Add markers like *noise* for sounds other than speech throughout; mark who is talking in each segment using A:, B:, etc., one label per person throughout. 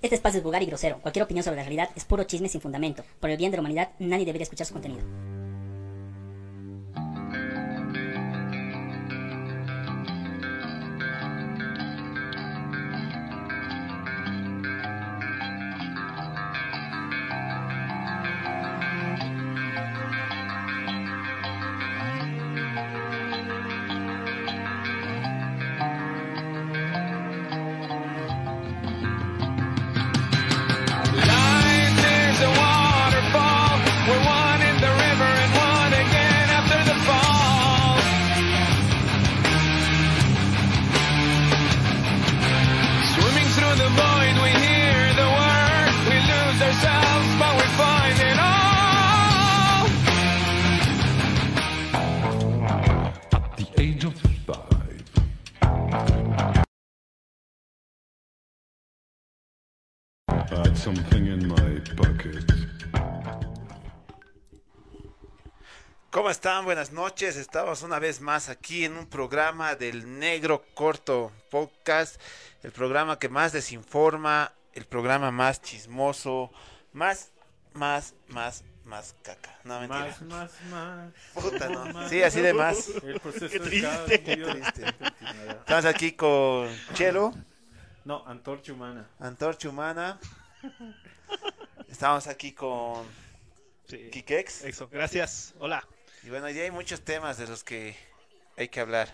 A: Este espacio es vulgar y grosero. Cualquier opinión sobre la realidad es puro chisme sin fundamento. Por el bien de la humanidad, nadie debería escuchar su contenido.
B: Life is a waterfall. We're one in the river and one again after the fall. Swimming through the void, we hear the word. We lose ourselves, but we find it all.
C: the age of five. I had something in my pocket.
D: ¿Cómo están? Buenas noches. Estamos una vez más aquí en un programa del Negro Corto Podcast, el programa que más desinforma, el programa más chismoso, más, más, más, más caca. No, mentira.
E: Más, más, más.
D: Puta, no. Sí, así de más.
E: El proceso Eh, pues, es cada día de continuidad.
D: Estamos aquí con Chelo,
E: No, antorcha humana.
D: Antorcha Humana. Estamos aquí con
F: Sí.
D: Kikex.
F: Eso, gracias. Hola.
D: Y bueno, ya hay muchos temas de los que hay que hablar.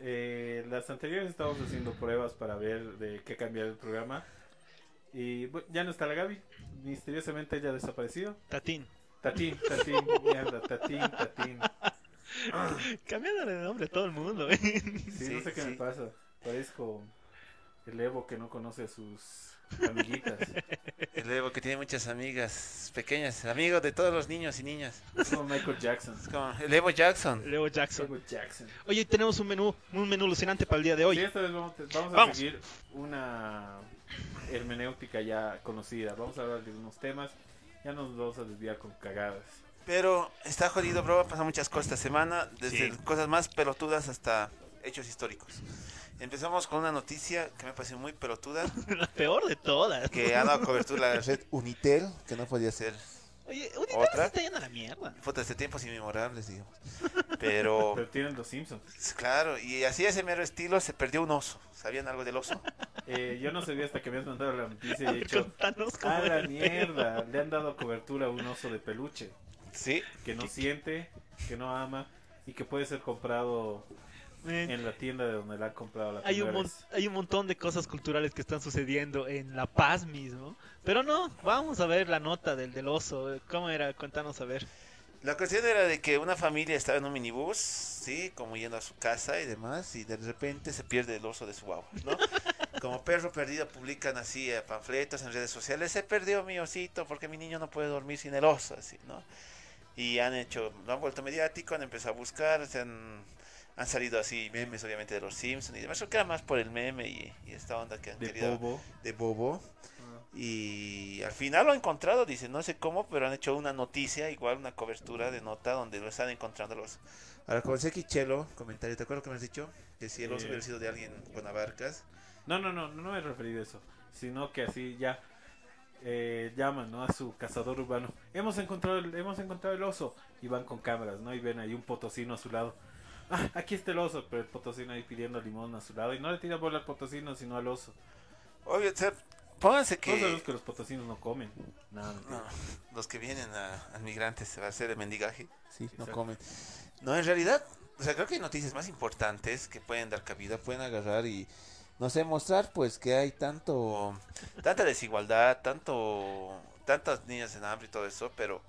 E: Eh, las anteriores estábamos haciendo pruebas para ver de qué cambiar el programa. Y bu- ya no está la Gaby. Misteriosamente ella ha desaparecido.
F: Tatín.
E: Tatín, Tatín, mierda, Tatín, Tatín.
F: Cambiándole de nombre a todo el mundo, ¿eh?
E: Sí,
D: Sí,
E: no sé qué
D: sí.
E: me pasa. Parezco el Evo que no conoce a sus amiguitas.
D: El Evo que tiene muchas amigas pequeñas, amigos de todos los niños y niñas.
E: Es como Michael Jackson.
D: Es como el Evo Jackson.
F: Leo Jackson.
E: Evo Jackson.
F: Oye, tenemos un menú, un menú alucinante para el día de
E: Sí,
F: hoy.
E: esta vez vamos, vamos a
F: Vamos.
E: seguir una hermenéutica ya conocida. Vamos a hablar de unos temas. Ya nos vamos a desviar con cagadas.
D: Pero está jodido, bro. Pasan muchas cosas esta semana, desde
F: Sí.
D: cosas más pelotudas hasta hechos históricos. Empezamos con una noticia que me pareció muy pelotuda,
F: La peor de todas.
D: que ha dado cobertura a la red Unitel, que no podía ser
F: *laughs*
D: este
F: Oye, Unitel
D: ¿Otra?
F: se está yendo a la mierda.
D: fotos de tiempos inmemorables, digamos.
F: Oh.
D: Pero, *laughs*
E: Pero tienen los Simpsons.
D: claro, y así ese mero estilo se perdió un oso. ¿Sabían algo del oso?
E: Eh, yo no sabía hasta que me has mandado la noticia
F: A *laughs*
E: y he
F: ver,
E: dicho:
F: Contanos cómo
E: ¡A la
F: era".
E: mierda! Le han dado cobertura a un oso de peluche
D: Sí.
E: que no siente, que no ama y que puede ser comprado
F: Eh,
E: en la tienda de donde la han comprado la
F: Hay un,
E: primera
F: mon-
E: vez.
F: hay un montón de cosas culturales que están sucediendo en La Paz mismo. Pero no, vamos a ver la nota del, del oso. ¿Cómo era? Contanos a ver.
D: La cuestión era de que una familia estaba en un minibús, sí, como yendo a su casa y demás, y de repente se pierde el oso de su guagua,
E: *laughs*
D: ¿no? Como perro perdido publican así eh, panfletos en redes sociales, se perdió mi osito porque mi niño no puede dormir sin el oso, así, ¿no? Y han hecho, lo han vuelto mediático, han empezado a buscar, se han, han salido así memes obviamente de los Simpsons y demás, creo que era más por el meme y, y esta onda que han
E: De
D: querido
E: bobo.
D: de Bobo. Y al final lo han encontrado, dice, no sé cómo, pero han hecho una noticia, igual una cobertura de nota donde lo están encontrando los... Ahora, con Seki Chelo, comentario, ¿te acuerdas que me has dicho? Que si el oso
E: Eh.
D: hubiera sido de alguien con abarcas.
E: No, no, no, no me he referido a eso. Sino que así ya eh, llaman ¿no? a su cazador urbano. Hemos encontrado, el, hemos encontrado el oso. Y van con cámaras, ¿no? Y ven ahí un potosino a su lado. Ah, aquí está el oso, pero el potosino ahí pidiendo limón a su lado. Y no le tira bola al potosino, sino al oso.
D: Obvio, o sea, pónganse
E: Todos sabemos
D: que
E: que los potosinos no comen. Nada, mentira.
D: No, los que vienen a, a migrantes se va a hacer de mendigaje. Sí,
E: no Exacto.
D: comen. No, en realidad, o sea, creo que hay noticias más importantes que pueden dar cabida, pueden agarrar y, no sé, mostrar pues que hay tanto, tanta desigualdad, tanto, tantas niñas en hambre y todo eso, pero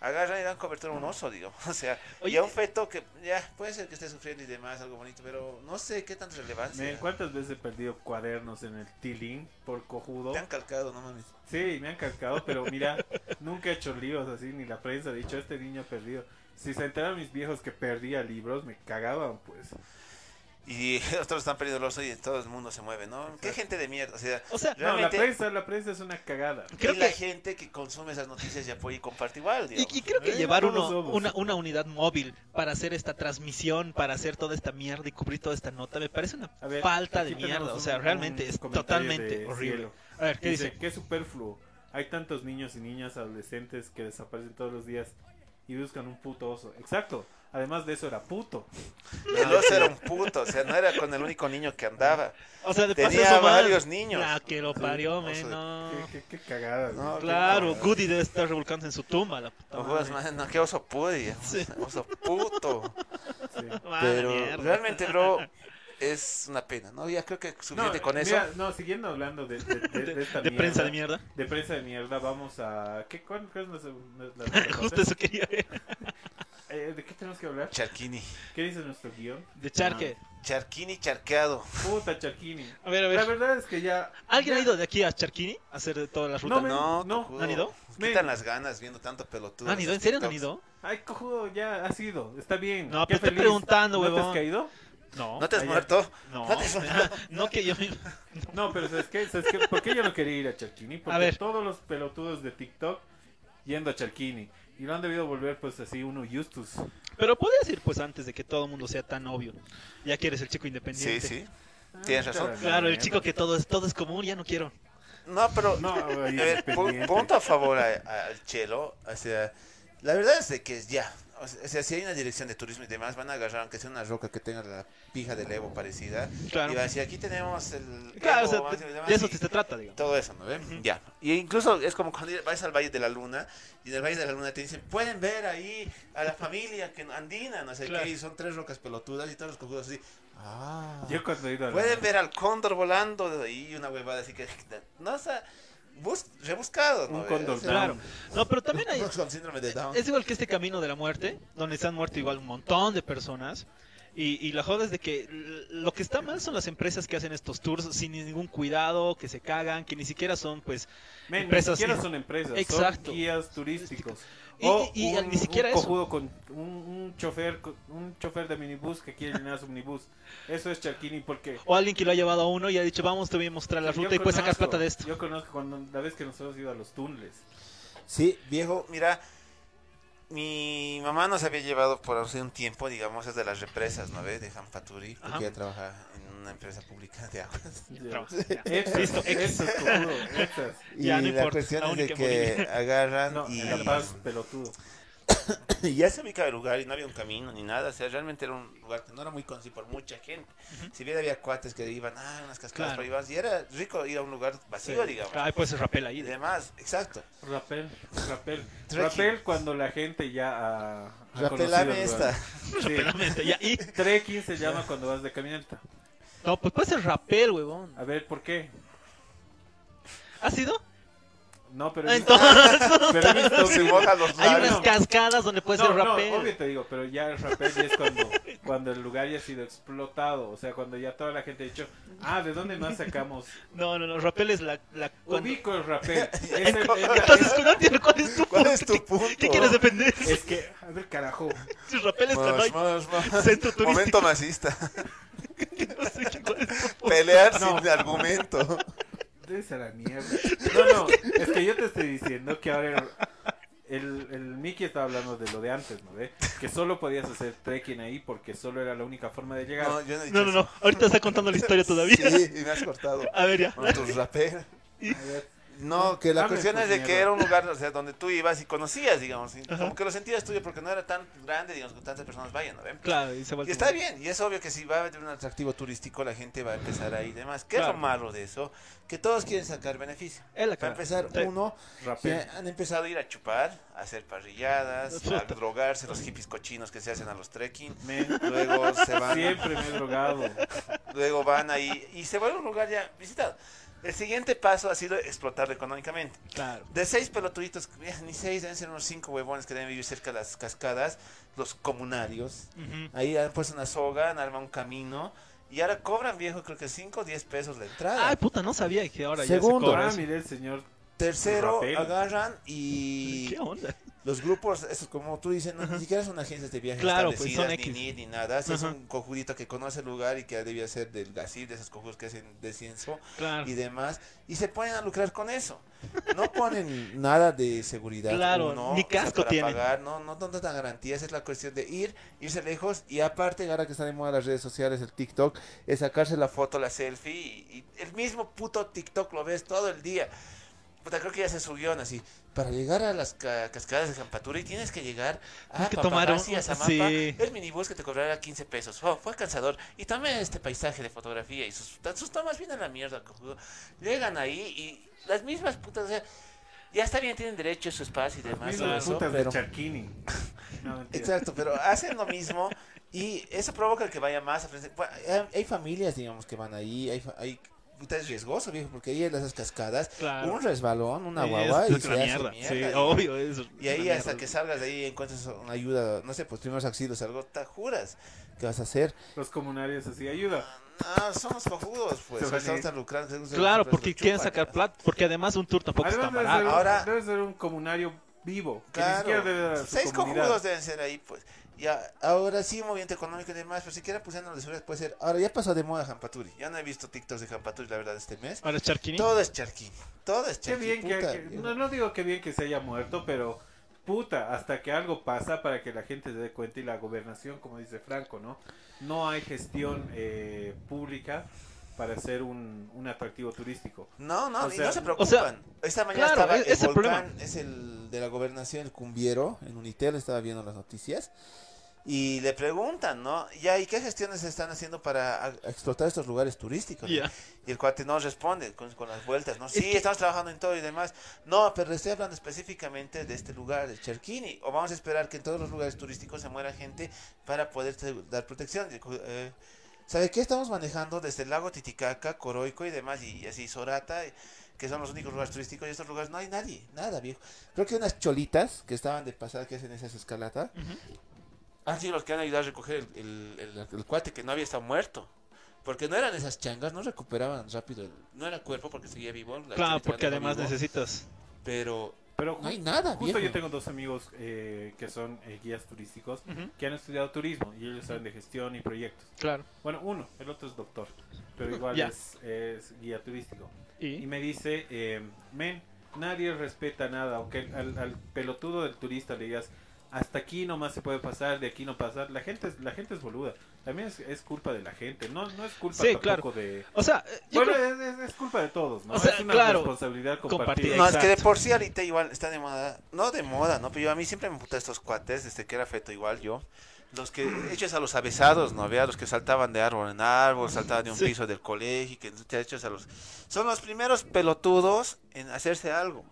D: agarran y dan cobertura a un oso, digo. *laughs* O sea, y
F: Oye.
D: a un feto que ya puede ser que esté sufriendo y demás, algo bonito, pero no sé qué tanta relevancia.
E: Men, ¿Cuántas veces he perdido cuadernos en el tilín por cojudo?
D: Te han calcado, no mames.
E: Sí, me han calcado, pero mira, nunca he hecho líos así, ni la prensa ha dicho, este niño ha perdido. Si se enteraron mis viejos que perdía libros, me cagaban, pues.
D: Y *laughs* otros están perdiendo el oso y todo el mundo se mueve, ¿no? Qué gente de mierda, o sea,
F: O sea,
E: No, la
D: Realmente-
E: prensa, la prensa es una cagada.
F: creo
D: y la
F: que
D: gente que consume esas noticias y apoya y comparte igual,
F: Y,
D: digamos.
F: y creo que
E: Eh,
F: llevar
E: todos
F: uno-
E: somos.
F: una, una unidad móvil para hacer esta transmisión, para hacer toda esta mierda y cubrir toda esta nota, me parece una
E: A ver,
F: falta
E: aquí
F: de
E: tenemos
F: mierda. O
E: un-
F: sea,
E: un
F: realmente es
E: comentario
F: totalmente
E: de
F: horrible.
E: Cielo.
F: A ver, ¿qué
E: Dice,
F: dice?
E: qué superfluo. Hay tantos niños y niñas adolescentes que desaparecen todos los días y buscan un puto oso. Exacto. Además de eso era puto.
D: El oso era un puto, o sea, no era con el único niño que andaba.
F: O sea, de
D: Tenía
F: paso, man,
D: varios niños.
F: La que lo parió,
D: Sí,
F: men,
D: oso de-
F: no.
E: Qué, qué- qué cagada.
D: No,
E: güey.
F: Ah. Claro, Goody debe estar revolcándose en su tumba, la puta
D: No, pues,
F: madre.
D: man, no, qué oso pude,
F: Sí.
D: *laughs* oso puto.
E: Sí.
F: Mala
D: Pero
F: mierda.
D: realmente, bro, es una pena, ¿no? Ya creo que
E: No,
D: suficiente con eso.
E: mira, no, siguiendo hablando de, de- de- de esta
F: De prensa de mierda.
E: De prensa de mierda, vamos a. ¿Qué, cuál, cuál es nuestra-
F: *laughs*
E: nuestra- nuestra-
F: Justo eso quería ver.
E: Eh, ¿De qué tenemos que hablar?
D: Charquini.
E: ¿Qué dice nuestro guión?
F: De charque.
D: Charquini charqueado.
E: Puta, Charquini.
F: A ver, a
E: La
F: ver.
E: verdad es que ya.
F: ¿Alguien
E: ya-
F: ha ido de aquí a Charquini a hacer de toda la ruta?
E: No, men,
D: No,
E: no,
D: cojudo.
F: ¿no han ido?
D: Nos
E: Men.
D: Quitan las ganas viendo tanto pelotudo.
F: ¿No han ido? ¿En serio no han ido?
E: Ay, cojudo, ya has ido. Está bien. qué
F: No, pero estoy
E: feliz.
F: preguntando,
E: ¿No te has
F: huevón.
E: caído?
F: No.
D: ¿No te has
E: Ayer.
D: muerto?
F: No,
D: no te has muerto.
F: *laughs* no que yo... me-
E: No, pero ¿sabes qué? ¿Sabes qué? ¿Por qué yo no quería ir a Charquini? Porque
F: A ver.
E: todos los pelotudos de TikTok yendo a Charquini. Y lo han debido volver, pues así, uno Justus.
F: Pero podrías ir pues antes de que todo el mundo sea tan obvio. Ya que eres el chico
D: Sí,
F: independiente.
D: sí.
F: Ah,
D: Tienes razón.
F: Claro, el chico que todo es, todo es común, ya no quiero.
D: No, pero.
E: No,
D: a
E: güey,
D: ver, pu-
E: pendiente.
D: punto a favor a- a- al Chelo. O sea, la verdad es de que es ya. O sea, o sea, si hay una dirección de turismo y demás, van a agarrar, aunque sea una roca que tenga la pija del Evo parecida.
F: Claro.
D: Y van a decir, aquí tenemos el.
F: Claro, o
D: Evo,
F: sea,
D: más y
F: de,
D: demás,
F: de eso
D: y-
F: te se trata, digamos.
D: Todo eso, ¿no ve? Ya. Y incluso es como cuando vas al Valle de la Luna y en el Valle de la Luna te dicen, pueden ver ahí a la familia que andina, no sé
F: Claro.
D: qué, y son tres rocas pelotudas y todos los cojudos así. Ah.
E: Yo cuando he ido a la-
D: Pueden ver al cóndor volando de ahí, una huevada así que... No, o sea, bus- rebuscado, ¿no?
E: Un
D: ve?
E: cóndor
D: O sea,
F: Claro. No, pero también hay...
D: con síndrome de Down.
F: Es igual que este camino de la muerte, donde se han muerto igual un montón de personas. Y, y la joda es de que l- lo que está mal son las empresas que hacen estos tours sin ningún cuidado, que se cagan, que ni siquiera son pues...
E: Men,
F: Empresas,
E: ni siquiera
F: sí.
E: son empresas,
F: Exacto.
E: son guías turísticos.
F: Y- y- y ni siquiera
E: un
F: eso.
E: cojudo con un, un chofer con- un chofer de minibús que quiere llenar su minibús. Eso es Charquini porque
F: O alguien que lo ha llevado a uno y ha dicho, vamos, te voy a mostrar la
E: Yo
F: ruta y puedes sacar
E: conozco,
F: plata de esto.
E: Yo conozco cuando la vez que nosotros íbamos a los túneles.
D: Sí, viejo, mira, mi mamá nos había llevado por hace un tiempo, digamos, es de las represas, ¿no ves? De Jampaturi,
F: Ajá.
D: porque ella trabaja en una empresa pública de aguas.
E: *laughs*
F: Trabaja,
E: Extras,
F: *laughs* Listo, ex.
E: extras, cojudo, extras.
D: Y
F: Ya, no
D: la
F: importa,
D: cuestión
F: la
D: es de
F: única
D: que agarran
E: No,
D: y,
E: en La Paz, pelotudo.
D: y *laughs* ya se ubicaba el lugar y no había un camino ni nada. O sea, realmente era un lugar que no era muy conocido por mucha gente. Si bien había cuates que iban, ah, unas cascadas
F: Claro.
D: para y era rico ir a un lugar vacío,
E: Sí.
D: digamos.
F: Ah, pues rapel ahí.
D: Y demás,
F: *laughs*
D: exacto.
E: Rapel, rapel.
D: Trekking.
E: Rapel cuando la gente ya ha, ha conocido el
D: Rapelame
E: lugar.
D: esta.
F: *laughs*
E: Sí.
F: Realmente, ya, y-
E: Trekking se llama cuando vas de caminata.
F: No, pues puede ser rapel, huevón.
E: A ver, ¿por qué?
F: ¿Ha sido?
E: No, pero he visto-
F: Ah, Entonces,
E: pero he visto
D: Se
E: que-
D: mojan los
F: hay *laughs*
D: labios.
F: unas cascadas donde puede
E: no,
F: ser
E: no,
F: rapel.
E: obvio te digo, pero ya el rapel ya es cuando, cuando el lugar ya ha sido explotado. O sea, cuando ya toda la gente ha dicho, ah, ¿de dónde más sacamos?
F: No, no, no, rapel es la... la cuando-
E: Ubico el rapel. Es, el- es la-
F: Entonces, ¿cuál es- ¿cuál es tu
D: ¿Cuál es tu
F: ¿Qué-
D: punto?
F: ¿Qué quieres defender?
E: es que, a ver, carajo.
F: Si rapel es que no
D: Más,
F: hay *laughs*
D: más, más.
F: centro turístico.
D: Momento
F: *laughs*
D: masista.
F: no sé qué- cuál es tu punto.
D: Pelear
E: No.
D: sin
F: *laughs*
D: argumento.
E: Debes a la mierda. No, no, es que yo te estoy diciendo que ahora el, el, el Mickey estaba hablando de lo de antes, ¿no? ve? Que solo podías hacer trekking ahí porque solo era la única forma de llegar.
D: No, yo no he dicho
F: No, no, no,
D: eso.
F: ahorita está contando la historia todavía.
D: Sí, y me has cortado.
F: *laughs* A ver, ya.
D: Con tus raperas.
E: A ver,
D: No, que la
E: Dame,
D: cuestión
E: pues,
D: es de que
E: mierda.
D: era un lugar, o sea, donde tú ibas y conocías, digamos, y
F: Ajá.
D: como que lo sentías tuyo porque no era tan grande, digamos, que tantas personas vayan, ¿no ven?
F: Claro, y se va
D: Y está bien, y es obvio que si va a haber un atractivo turístico, la gente va a empezar ahí y demás. ¿Qué es
F: Claro.
D: lo malo de eso? Que todos quieren sacar beneficio.
F: Es la
D: Para
F: cara.
D: empezar,
F: Sí.
D: uno,
E: rapel.
D: que han empezado a ir a chupar, a hacer
F: *laughs*
D: parrilladas, a
F: Puta.
D: drogarse, los hippies cochinos que se hacen a los trekking.
E: Men,
D: Luego se van
E: siempre me he drogado.
D: Luego van ahí y se vuelve un lugar ya visitado. El siguiente paso ha sido explotarlo económicamente.
F: Claro.
D: De seis pelotuditos, eh, ni seis, deben ser unos cinco huevones que deben vivir cerca de las cascadas, los comunarios.
F: Ujú.
D: Ahí han puesto una soga, han armado un camino y ahora cobran, viejo, creo que cinco o diez pesos la entrada.
F: Ay, puta, no sabía que ahora
D: Segundo. Ah,
E: Ah,
F: ya se cobra
E: Ahora
F: eso.
E: miré el señor
D: Tercero,
E: Rapel.
D: agarran y...
F: ¿Qué onda?
D: los grupos, esos, como tú dices, no, ni siquiera son agencias de viajes
F: Claro, pues,
D: establecidas,
F: son
D: ni
F: X.
D: NID, ni nada. Si es
F: Ajá.
D: un cojudito que conoce el lugar y que debía ser del GACIR, de esos cojudos que hacen de ciencia
F: Claro.
D: y demás, y se ponen a lucrar con eso. No ponen nada de seguridad.
F: Claro,
D: uno,
F: ni
D: o sea,
F: casco
D: para
F: tienen.
D: pagar, no, no dan tantas garantías, es la cuestión de ir, irse lejos y aparte, ahora que están de moda las redes sociales, el TikTok, es sacarse la foto, la selfie y, y el mismo puto TikTok lo ves todo el día. Puta, creo que ya se subió así. Para llegar a las ca- cascadas de Campaturi tienes que llegar a
F: Hay que tomar
D: Paparazzi,
F: un-
D: a Zamapa,
F: sí.
D: el minibús que te cobrará 15 pesos. Oh, fue cansador. Y también este paisaje de fotografía y sus, sus tomas vienen a la mierda, cojudo. Llegan ahí y las mismas putas, o sea, ya está bien, tienen derecho a su espacio y demás. todo
E: Las
D: eso,
E: putas
D: pero-
E: de Charquini. *laughs* No, mentira.
D: Exacto, pero hacen lo mismo y eso provoca que vaya más a frente. Bueno, hay- hay familias, digamos, que van ahí, hay, fa- hay puta, es riesgoso, viejo, porque ahí en esas cascadas,
F: Claro.
D: un resbalón, una
F: Sí,
D: guagua
F: es
D: y
F: otra
D: se hace
F: mierda.
D: mierda,
F: Sí,
D: ¿no?
F: obvio, es
D: Y ahí
F: una
D: hasta
F: mierda.
D: que salgas de ahí y encuentres una ayuda, no sé, pues primeros auxilios, algo, te juras que vas a hacer.
E: Los comunarios así, ayuda.
D: Ah, son los cojudos, pues.
E: Se van a
D: están
E: ir.
D: tan lucrados, según se
F: Claro,
D: compran,
F: porque
D: los
F: quieren
D: pues, chupan,
F: sacar
D: ¿no?
F: plata, porque además un tour tampoco está
E: Además eh, debe ser,
F: barato.
E: un,
D: Ahora-
E: debe ser un comunario vivo. Que ni siquiera debe dar a
D: Claro,
E: su
D: seis
E: comunidad.
D: cojudos deben ser ahí, pues. Ya, ahora sí, movimiento económico y demás, pues, pero siquiera pusieron de seguridad puede ser. Ahora ya pasó de moda Jampaturi. Ya no he visto TikToks de Jampaturi, la verdad, este mes.
F: Ahora Charquini.
D: Todo es charquín. Todo es
E: Qué
D: charquín.
E: bien que,
D: puta,
E: que-
D: viejo.
E: no, no digo que bien que se haya muerto, pero puta, hasta que algo pasa para que la gente se dé cuenta y la gobernación, como dice Franco, ¿no? No hay gestión eh, pública para ser un, un atractivo turístico.
D: No, no,
E: O
D: y
E: sea,
D: no se
E: o
D: preocupan.
F: sea,
D: Esta mañana
F: claro,
D: estaba
F: es-
D: el
F: es el
D: volcán, es el de la gobernación, el cumbiero, en Unitel, estaba viendo las noticias. Y le preguntan, ¿no? Ya, ¿y qué gestiones se están haciendo para a- explotar estos lugares turísticos?
F: Ya.
D: Y el cuate no responde con, con las vueltas, ¿no? Sí,
F: que-
D: estamos trabajando en todo y demás. No, pero le estoy hablando específicamente de este lugar, de Cherkini. O vamos a esperar que en todos los lugares turísticos se muera gente para poder te- dar protección. Y el cu- eh, ¿Sabe qué estamos manejando desde el lago Titicaca, Coroico y demás? Y, y así, Sorata, eh, que son los únicos lugares turísticos. Y estos lugares no hay nadie, nada, viejo. Creo que unas cholitas que estaban de pasada que hacen esas escalatas. Han sido los que han ayudado a recoger el, el- el- el cuate que no había estado muerto. Porque no eran esas changas, no recuperaban rápido. el- no era cuerpo porque seguía vivo. la
F: Claro,
D: cholita
F: porque
D: andaba
F: además
D: vivo,
F: necesitas.
D: Pero
E: Pero
D: no hay
F: Ah,
D: nada,
E: Justo yo
D: viejo.
E: tengo dos amigos eh, que son eh, guías turísticos que han estudiado turismo y ellos saben de gestión y proyectos.
F: Claro.
E: Bueno, uno, el otro es doctor, pero igual
F: Ya.
E: es, es guía turístico. Y
F: Y
E: me dice, eh, men, nadie respeta nada, aunque el- al, al pelotudo del turista le digas, hasta aquí nomás se puede pasar, de aquí no pasar, la gente es, la gente es boluda, también es, es culpa de la gente, no, no es culpa
F: Sí,
E: tampoco de...
F: o sea, eh, yo
E: Bueno,
F: creo-
E: es, es- es culpa de todos, ¿no?
F: O sea,
E: es una
F: claro,
E: responsabilidad
F: compartida.
E: compartida.
D: No, es que de
F: Exacto.
D: por sí ahorita igual está de moda. No de moda, ¿no? Pero yo a mí siempre me puta estos cuates, desde que era feto igual yo. Los que, hechos a los avesados, ¿no? Vea, los que saltaban de árbol en árbol, saltaban de un
F: Sí.
D: piso del colegio, que te hechos a los... Son los primeros pelotudos en hacerse algo.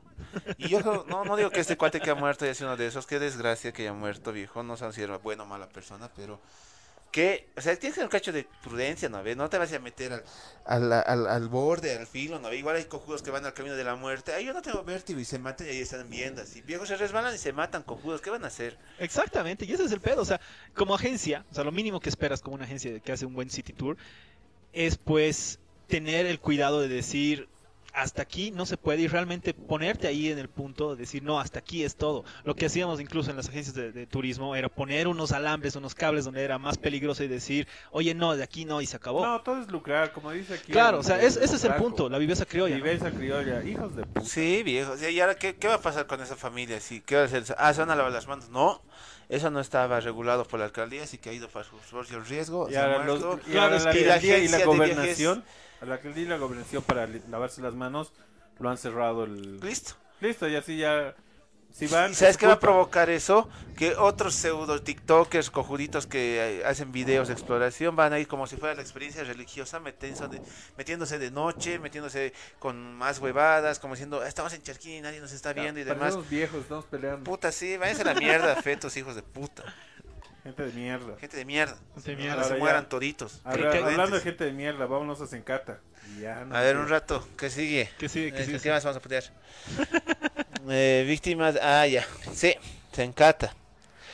D: Y yo creo- no, no digo que este cuate que ha muerto haya sido uno de esos, qué desgracia que haya muerto, viejo, no sé si era buena o mala persona, pero... Que, o sea, tienes que tener un cacho de prudencia, ¿no? ve? No te vas a meter al, al, al, al borde, al filo, ¿no? ve? Igual hay cojudos que van al camino de la muerte. Ay, yo no tengo vértigo y se matan y ahí están viendo así. Viejos se resbalan y se matan cojudos, ¿qué van a hacer?
F: exactamente, y ese es el pedo. O sea, como agencia, o sea, lo mínimo que esperas como una agencia que hace un buen city tour es pues tener el cuidado de decir hasta aquí no se puede y realmente ponerte ahí en el punto de decir no, hasta aquí es todo. Lo que hacíamos incluso en las agencias de, de turismo era poner unos alambres, unos cables donde era más peligroso y decir, oye, no, de aquí no y se acabó.
E: No, todo es lucrar, como dice aquí. el-
F: claro, o sea, es-
E: el
F: ese es el
E: Franco.
F: punto, la viveza criolla. ¿no?
E: Viveza criolla, hijos de puta.
D: Sí, viejo. Sí, ¿Y ahora qué, qué va a pasar con esa familia? Sí, ¿Qué va a hacer? Ah, se van a lavar las manos. No, eso no estaba regulado por la alcaldía, así que ha ido para su propio riesgo.
E: Y
D: se ha
E: ahora, los-
D: muerto.
E: y
F: Claro,
E: ahora
F: es
E: la
F: que-
E: alcaldía y
D: agencia
E: la
D: de
E: gobernación, a la alcaldía y la gobernación para li- lavarse las manos, lo han cerrado el...
D: Listo.
E: Listo, y así ya... Si
D: ¿Y
E: van,
D: sabes qué va a
E: disculpa.
D: provocar eso? Que otros pseudo TikTokers, cojuditos que eh, hacen videos de exploración van a ir como si fuera la experiencia religiosa, metiéndose de, metiéndose de noche, metiéndose con más huevadas, como diciendo, "Ah, estamos en Charquín y nadie nos está viendo y demás.
E: Parecemos viejos, estamos peleando.
D: Puta, sí, váyanse a la mierda, *laughs* fetos, hijos de puta.
E: Gente de mierda.
D: Gente de mierda.
F: De
D: Ahora
F: mierda,
D: se
E: ya.
D: mueran toditos.
E: Habla-
F: que-
E: hablando de gente de mierda, vámonos a Sencata. Y ya, no
D: A ver,
E: sé.
D: un rato, ¿qué sigue?
F: Que sí, que
D: Eh,
F: sí,
D: ¿Qué
F: sí.
D: más vamos a putear? *laughs* Eh, víctimas, ah, ya. Sí, se encanta.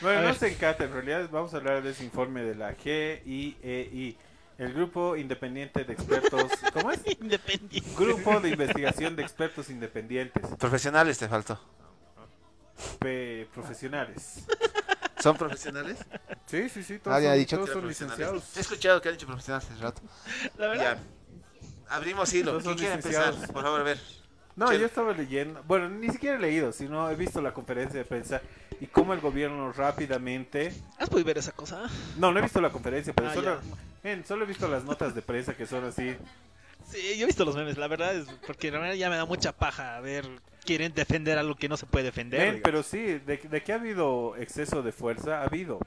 E: Bueno,
F: A
E: no
F: ver.
E: Sencata, en realidad vamos a hablar de ese informe de la GIEI, el Grupo Independiente de Expertos. ¿Cómo es?
F: *laughs* Independiente.
E: Grupo de Investigación de Expertos Independientes.
D: Profesionales te faltó.
E: pe- profesionales.
D: ¿Son profesionales?
E: Sí, sí, sí, todos,
G: Nadie ha
E: son,
G: dicho
E: *laughs* todos
D: Eran
E: son
D: profesionales.
E: licenciados.
D: He escuchado que han dicho profesionales hace rato.
F: La verdad,
D: Ya. Abrimos hilo.
E: Todos
D: ¿Quién
E: son
D: quiere empezar?
E: licenciados.
D: Por favor, a ver.
E: No,
D: Chelo.
E: yo estaba leyendo, bueno, ni siquiera he leído, sino he visto la conferencia de prensa y cómo el gobierno rápidamente...
F: ¿has podido ver esa cosa?
E: No, no he visto la conferencia, pero
F: Ah,
E: solo,
F: ya.
E: men, solo he visto las notas de prensa que son así.
F: Sí, yo he visto los memes, la verdad es porque la verdad ya me da mucha paja a ver quieren defender algo que no se puede defender.
E: Men,
F: digamos.
E: pero sí, de, de que ha habido exceso de fuerza, ha habido.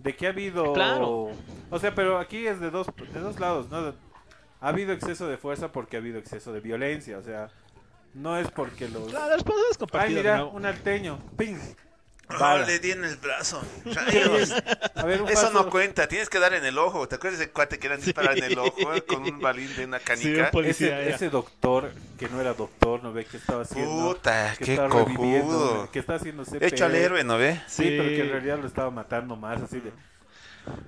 E: De que ha habido...
F: Claro.
E: O sea, pero aquí es de dos, de dos lados, ¿no? Ha habido exceso de fuerza porque ha habido exceso de violencia, o sea, no es porque los...
F: Claro, las personas
E: Ay,
F: compartidas.
E: mira,
F: pues, ¿no?
E: un alteño, ping.
D: No
E: Bala.
D: le di en el
E: *laughs*
D: brazo. Rayos.
E: A ver, un
D: Eso
E: falso-
D: no cuenta, tienes que dar en el ojo. ¿Te acuerdas de cuate que eran disparar en el ojo eh, con un balín de una
F: Sí, un
D: canica?
F: policía
E: Ese,
F: era.
E: ese doctor que no era doctor, ¿no ve? Que estaba haciendo.
D: Puta,
E: que
D: qué
E: estaba reviviendo,
D: cojudo.
E: ¿no? Que está haciendo CPR.
D: Hecho al héroe, ¿no ve?
E: Sí, pero que en
F: Sí.
E: realidad lo estaba matando más. Así de.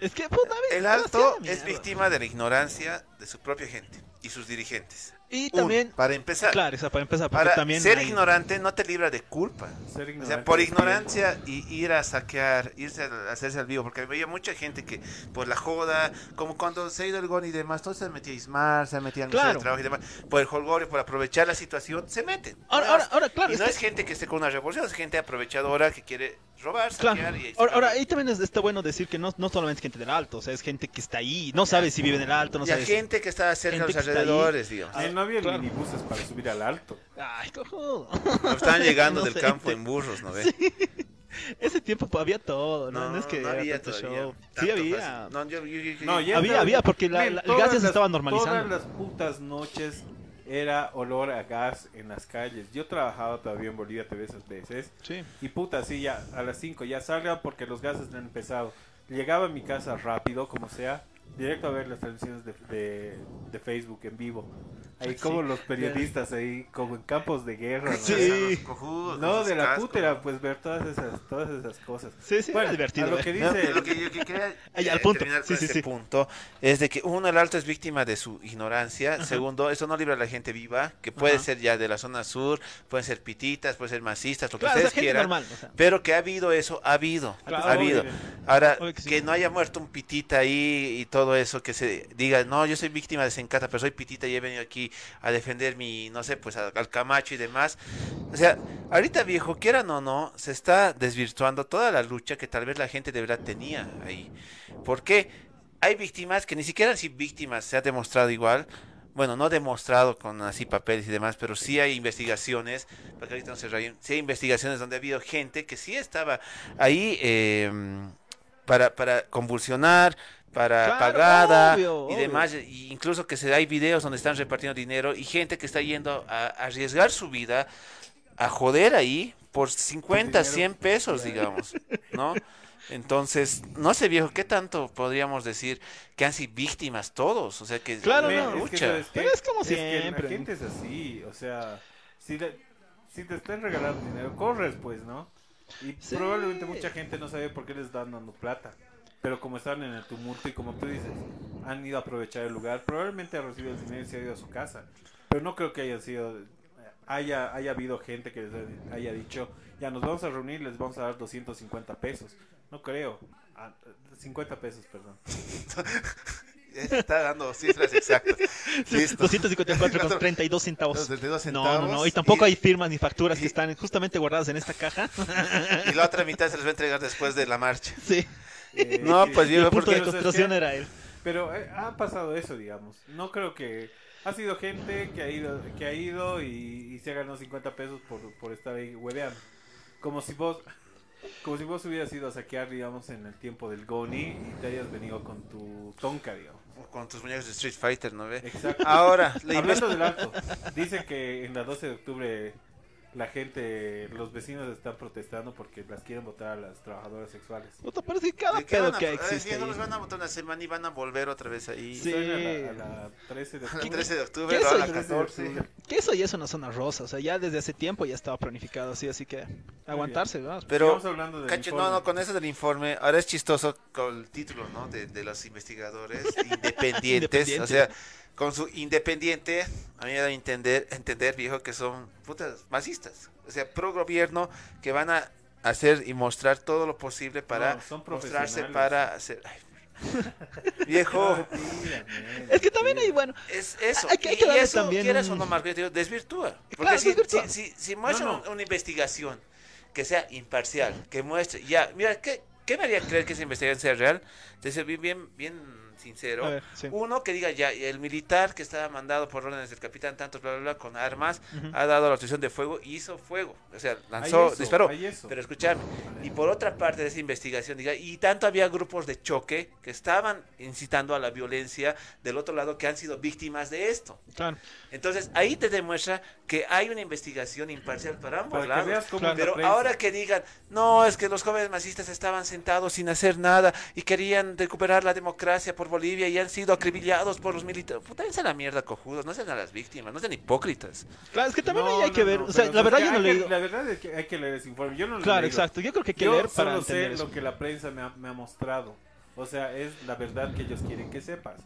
F: Es que puta, a ver,
D: El
F: demasiada
D: alto es
F: mierda.
D: víctima de la ignorancia de su propia gente y sus dirigentes.
F: Y
D: Uno,
F: también,
D: para empezar,
F: claro, o sea, para empezar, porque
D: para
F: también
D: ser
F: hay-
D: ignorante no te libra de culpa.
E: Ser
D: O
E: ignorante
D: sea, por
E: es bien.
D: ignorancia y ir a saquear, irse a hacerse al vivo, porque había mucha gente que por la joda, como cuando se ha ido el GON y demás, todos se metía a Ismar, se metía al Museo
F: Claro.
D: de Trabajo y demás, por el holgorio, por aprovechar la situación, se meten.
F: Ahora, ahora, ahora, claro,
D: y
F: es
D: no
F: que-
D: es gente que esté con una revolución, es gente aprovechadora que quiere robar, saquear
F: Claro.
D: y
F: Ahora, ahora, ahí también es- está bueno decir que no, no solamente es gente del alto, o sea, es gente que está ahí, no sabe si vive en el alto, no
D: y a
F: sabe si...
D: gente que está cerca de los
F: gente que está ahí. Ah,
D: alrededores, digamos.
E: Ay, Ah, no había
F: Claro.
E: minibuses para subir al alto.
F: Ay, cojudo.
D: Cuando
F: *laughs*
D: Estaban llegando
F: No
D: del
F: sé, este,
D: campo
F: te-
D: en burros, ¿no ves?
F: Ese tiempo pues, había todo, ¿no?
D: No,
F: No, es que
D: no
F: era
D: había
F: tanto
D: todavía
F: show. Sí
D: tanto
F: había.
D: fácil. No, yo- yo- yo-
E: No, ya
F: Había,
E: estaba-
F: había, porque la-
E: Men,
F: la- el
E: todas
F: gas ya se
E: las-
F: estaba normalizando.
E: Todas las putas noches era olor a gas en las calles. Yo trabajaba todavía en Bolivia TV esas veces.
F: Sí.
E: Y puta, sí, ya a las 5 ya salga porque los gases no han empezado. Llegaba a mi casa rápido, como sea, directo a ver las transmisiones de, de, de Facebook en vivo. Ahí
F: Ah, Sí.
E: como los periodistas ahí, como en campos de guerra. ¿no?
F: *laughs* Sí.
D: los cojudos,
E: No,
D: los
E: de la
D: cascos.
E: puta era pues ver todas esas, todas esas cosas.
F: Sí, sí, era divertido,
E: a lo
F: ¿eh?
E: que
D: No,
E: dice...
D: lo que yo que
F: *laughs*
D: quería
F: Ahí, al
D: eh,
F: punto.
D: terminar
F: Sí,
D: con
F: sí,
D: este
F: sí.
D: punto es de que uno el alto es víctima de su ignorancia segundo eso no libra a la gente viva que puede
F: Ajá.
D: ser ya de la zona sur pueden ser pititas pueden ser masistas lo que
F: Claro, o sea,
D: ustedes
F: gente
D: quieran
F: normal, o sea.
D: pero que ha habido eso ha habido
F: Claro,
D: ha habido
E: obvio.
D: ahora
F: Obvio que sí.
D: que no haya muerto un pitita ahí y todo eso que se diga no yo soy víctima de Sencata pero soy pitita y he venido aquí a defender mi no sé pues a- al Camacho y demás o sea, ahorita viejo, quieran o no, se está desvirtuando toda la lucha que tal vez la gente de verdad tenía ahí. ¿Por qué? Hay víctimas que ni siquiera si víctimas se ha demostrado igual. Bueno, no demostrado con así papeles y demás, pero sí hay investigaciones, para que ahorita no se rayen, sí hay investigaciones donde ha habido gente que sí estaba ahí eh, para, para convulsionar, para
F: Claro,
D: pagada
F: obvio,
D: y
F: obvio.
D: demás, y incluso que se hay videos donde están repartiendo dinero y gente que está yendo a arriesgar su vida a joder ahí por 50,
E: dinero.
D: 100 pesos,
F: *laughs*
D: digamos, ¿no? Entonces, no sé, viejo, ¿qué tanto podríamos decir que han sido víctimas todos? O sea, que
F: Claro,
D: la
F: no,
E: es que,
D: lucha.
E: ¿sabes qué?
F: Pero es como
E: que
F: siempre.
E: la gente es así, o sea, si, te- si te están regalando dinero, corres pues, ¿no? Y
F: Sí.
E: probablemente mucha gente no sabe por qué les están dando plata. Pero como están en el tumulto y como tú dices, han ido a aprovechar el lugar, probablemente ha recibido el dinero y se ha ido a su casa. Pero no creo que haya sido haya haya habido gente que les haya dicho, ya nos vamos a reunir, les vamos a dar 250 pesos. No creo. Ah, 50 pesos,
F: *laughs*
E: perdón.
D: Eh, Está dando cifras
F: *laughs*
D: exactas. *laughs* Listo. *laughs*
F: 254 con 32 centavos.
D: 32
F: No, no, no.
D: centavos
F: Y tampoco
D: y-
F: hay firmas ni facturas
D: y-
F: que están justamente guardadas en esta caja. *laughs*
D: Y la otra mitad se les va a entregar después de la marcha.
F: sí.
E: Eh,
D: No,
E: sí.
D: pues
E: *laughs*
F: Y el
D: viejo,
F: punto
D: porque
F: de concentración era él.
E: Pero eh, ha pasado eso, digamos. No creo que... Ha sido gente que ha ido, que ha ido y, y se ha ganado 50 pesos por, por estar ahí hueveando. Como si vos... Como si vos hubieras ido a saquear, digamos, en el tiempo del Goni y te hayas venido con tu tonka, digamos.
D: con tus muñecos de Street Fighter, ¿no ve?
E: Exacto. *laughs*
D: Ahora, la
E: Hablando del alto, dice que en la 12 de octubre la gente, los vecinos están protestando porque las quieren votar a las trabajadoras sexuales.
F: Puta, parece que cada
D: Le quedan
F: pedo
D: a-
F: que
D: a-
F: existe.
D: ya no
F: ahí.
D: los van a botar una semana y van a volver otra vez ahí.
F: Sí.
E: Son A la, a la
D: *laughs*
E: 13 de
D: A la
E: octubre.
D: 13 de octubre,
F: ¿Qué
D: luego a
F: es
D: la
F: el
E: 13 de
D: 14.
E: octubre.
F: Que eso ya es una zona rosa, o sea, ya desde hace tiempo ya estaba planificado así, así que aguantarse, vamos.
D: Pero,
E: Estamos hablando del
D: Cacho, no,
E: informe.
D: no, con eso del informe, ahora es chistoso con el título, ¿no? De, de los
E: *laughs*
D: investigadores independientes, o
F: Independiente.
D: sea, con su independiente, a mí me da a entender, entender, viejo, que son putas masistas, o sea, pro gobierno, que van a hacer y mostrar todo lo posible para
E: No, son
D: mostrarse,
E: profesionales.
D: para hacer... Ay, *laughs*
E: *laughs*
D: viejo,
F: Es que también hay, bueno,
D: es eso.
F: Hay que- hay
D: y
F: que darle
D: eso,
F: también
D: quieras
F: un-
D: o no, Marco, yo te digo, desvirtúa. Porque
F: Claro,
D: si,
F: desvirtúa.
D: si, si, si muestra
E: No, no.
D: un- una investigación que sea imparcial, que muestre, ya, mira, ¿qué, qué me haría creer que esa investigación sea real? Te soy bien, bien, bien sincero.
F: A ver, sí.
D: Uno que diga ya, el militar que estaba mandado por órdenes del capitán tantos, bla, bla, bla, con armas, ha dado la autorización de fuego y hizo fuego. O sea, lanzó,
E: eso,
D: disparó.
E: hay eso.
D: Pero escúchame, y por otra parte de esa investigación, diga, y tanto había grupos de choque que estaban incitando a la violencia del otro lado que han sido víctimas de esto.
F: claro.
D: Entonces ahí te demuestra que hay una investigación imparcial para ambos
E: Para que
D: lados.
E: veas cómo
F: Claro.
E: la
D: Pero
E: prensa-
D: ahora que digan, no, es que los jóvenes masistas estaban sentados sin hacer nada y querían recuperar la democracia por Bolivia y han sido acribillados por los militares. Puta, dense a la mierda, cojudos, no sean a las víctimas, no sean hipócritas.
F: Claro, es que también
E: No,
F: ahí hay
E: no,
F: que ver,
E: no,
F: o sea,
E: pero
F: la
E: es
F: verdad
E: que
F: yo no he
E: hay que-
F: leído.
E: La verdad es que hay que leer ese informe. Yo no lo he
F: Claro,
E: leído.
F: exacto. Yo creo que hay que
E: Yo
F: leer para
E: solo sé
F: entender eso.
E: lo que la prensa me ha, me ha mostrado. O sea, es la verdad que ellos quieren que sepas.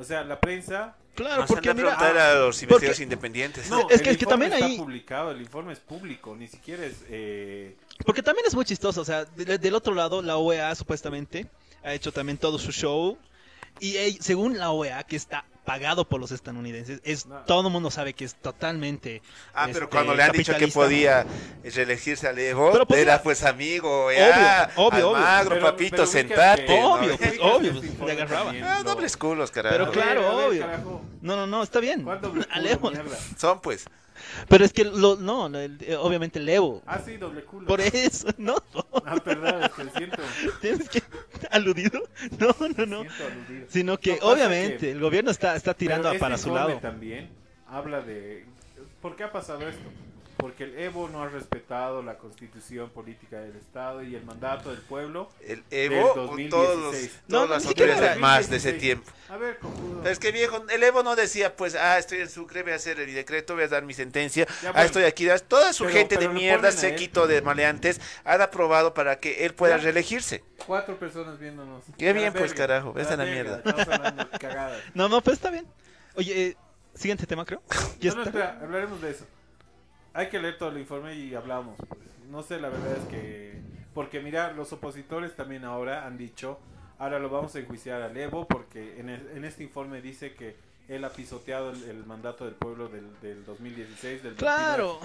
E: O sea, la prensa...
F: Claro,
D: no se
F: porque
D: han de
F: mira, ah,
D: preguntar a los investigadores
F: porque-
D: independientes.
F: No, es
E: el
F: que- es que
E: informe
F: también
E: está
F: ahí-
E: publicado, el informe es público, ni siquiera es... eh,
F: Porque también es muy chistoso, o sea, de- del otro lado, la OEA supuestamente ha hecho también todo su show. Y ey, según la OEA, que está pagado por los estadounidenses, es
E: No.
F: todo el mundo sabe que es totalmente.
D: Ah, pero
F: este,
D: cuando le han dicho que
F: capitalista.
D: podía reelegirse al Evo,
F: Pero podía.
D: era pues amigo, ya,
F: obvio, obvio.
D: Almagro,
E: pero-
D: papito,
E: pero ubícate,
D: sentate. ¿no?
F: Obvio,
E: ubícate
F: pues, obvio,
E: este
F: le
E: informe
F: agarraba.
E: también,
D: Ah,
E: ¿no?
D: dobles culos,
F: Pero
D: carajo.
E: A ver,
F: claro,
E: a ver,
F: obvio.
E: carajo,
F: No, no, no, está bien. *laughs*
E: ¿cuál doble culo,
F: Alejos.
E: mierda?
D: Son pues.
F: Pero es que, lo, no, lo- el- eh, obviamente el Evo.
E: Ah, sí, doble culo.
F: Por eso, *laughs* no.
E: Ah, perdón, es que
F: *laughs*
E: siento,
F: Tienes que. ¿Aludido? No, no, no.
E: siento aludir.
F: Sino
E: No,
F: que,
E: pasa
F: obviamente,
E: que-
F: el gobierno está, está tirando
E: Pero este
F: para su
E: informe
F: lado.
E: También habla de por qué ha pasado esto. Porque el Evo no ha respetado la constitución política del Estado y el mandato del pueblo.
D: El
E: Del
D: Evo, con
E: 2016.
D: todos los, todas
F: No, ni
D: las
F: siquiera
D: autoridades
F: era-
D: más de ese tiempo.
E: A ver, cojudo.
D: Pero es que viejo, el Evo no decía, pues, ah, estoy en Sucre, voy a hacer el decreto, voy a dar mi sentencia,
E: Ya,
D: ah,
E: bueno.
D: estoy aquí, das- toda su
E: Pero-
D: gente de
E: pero lo
D: mierda,
E: ponen a él.
D: sequito de maleantes, han aprobado para que él pueda
E: Ya.
D: reelegirse.
E: Cuatro personas viéndonos.
D: Qué
E: A
D: bien,
E: la
D: pues,
E: verga,
D: carajo, esta es la
E: verga,
D: mierda.
E: Estamos hablando de cagadas.
F: No, no, pues está bien. Oye, eh, siguiente
E: *laughs*
F: tema, creo. Ya
E: No, no,
F: está.
E: espera, hablaremos de eso. Hay que leer todo el informe y hablamos. pues. No sé, la verdad es que... Porque mira, los opositores también ahora han dicho, ahora lo vamos a enjuiciar al Evo porque en, el- en este informe dice que él ha pisoteado el, el mandato del pueblo del, del 2016, del 29.
F: Claro,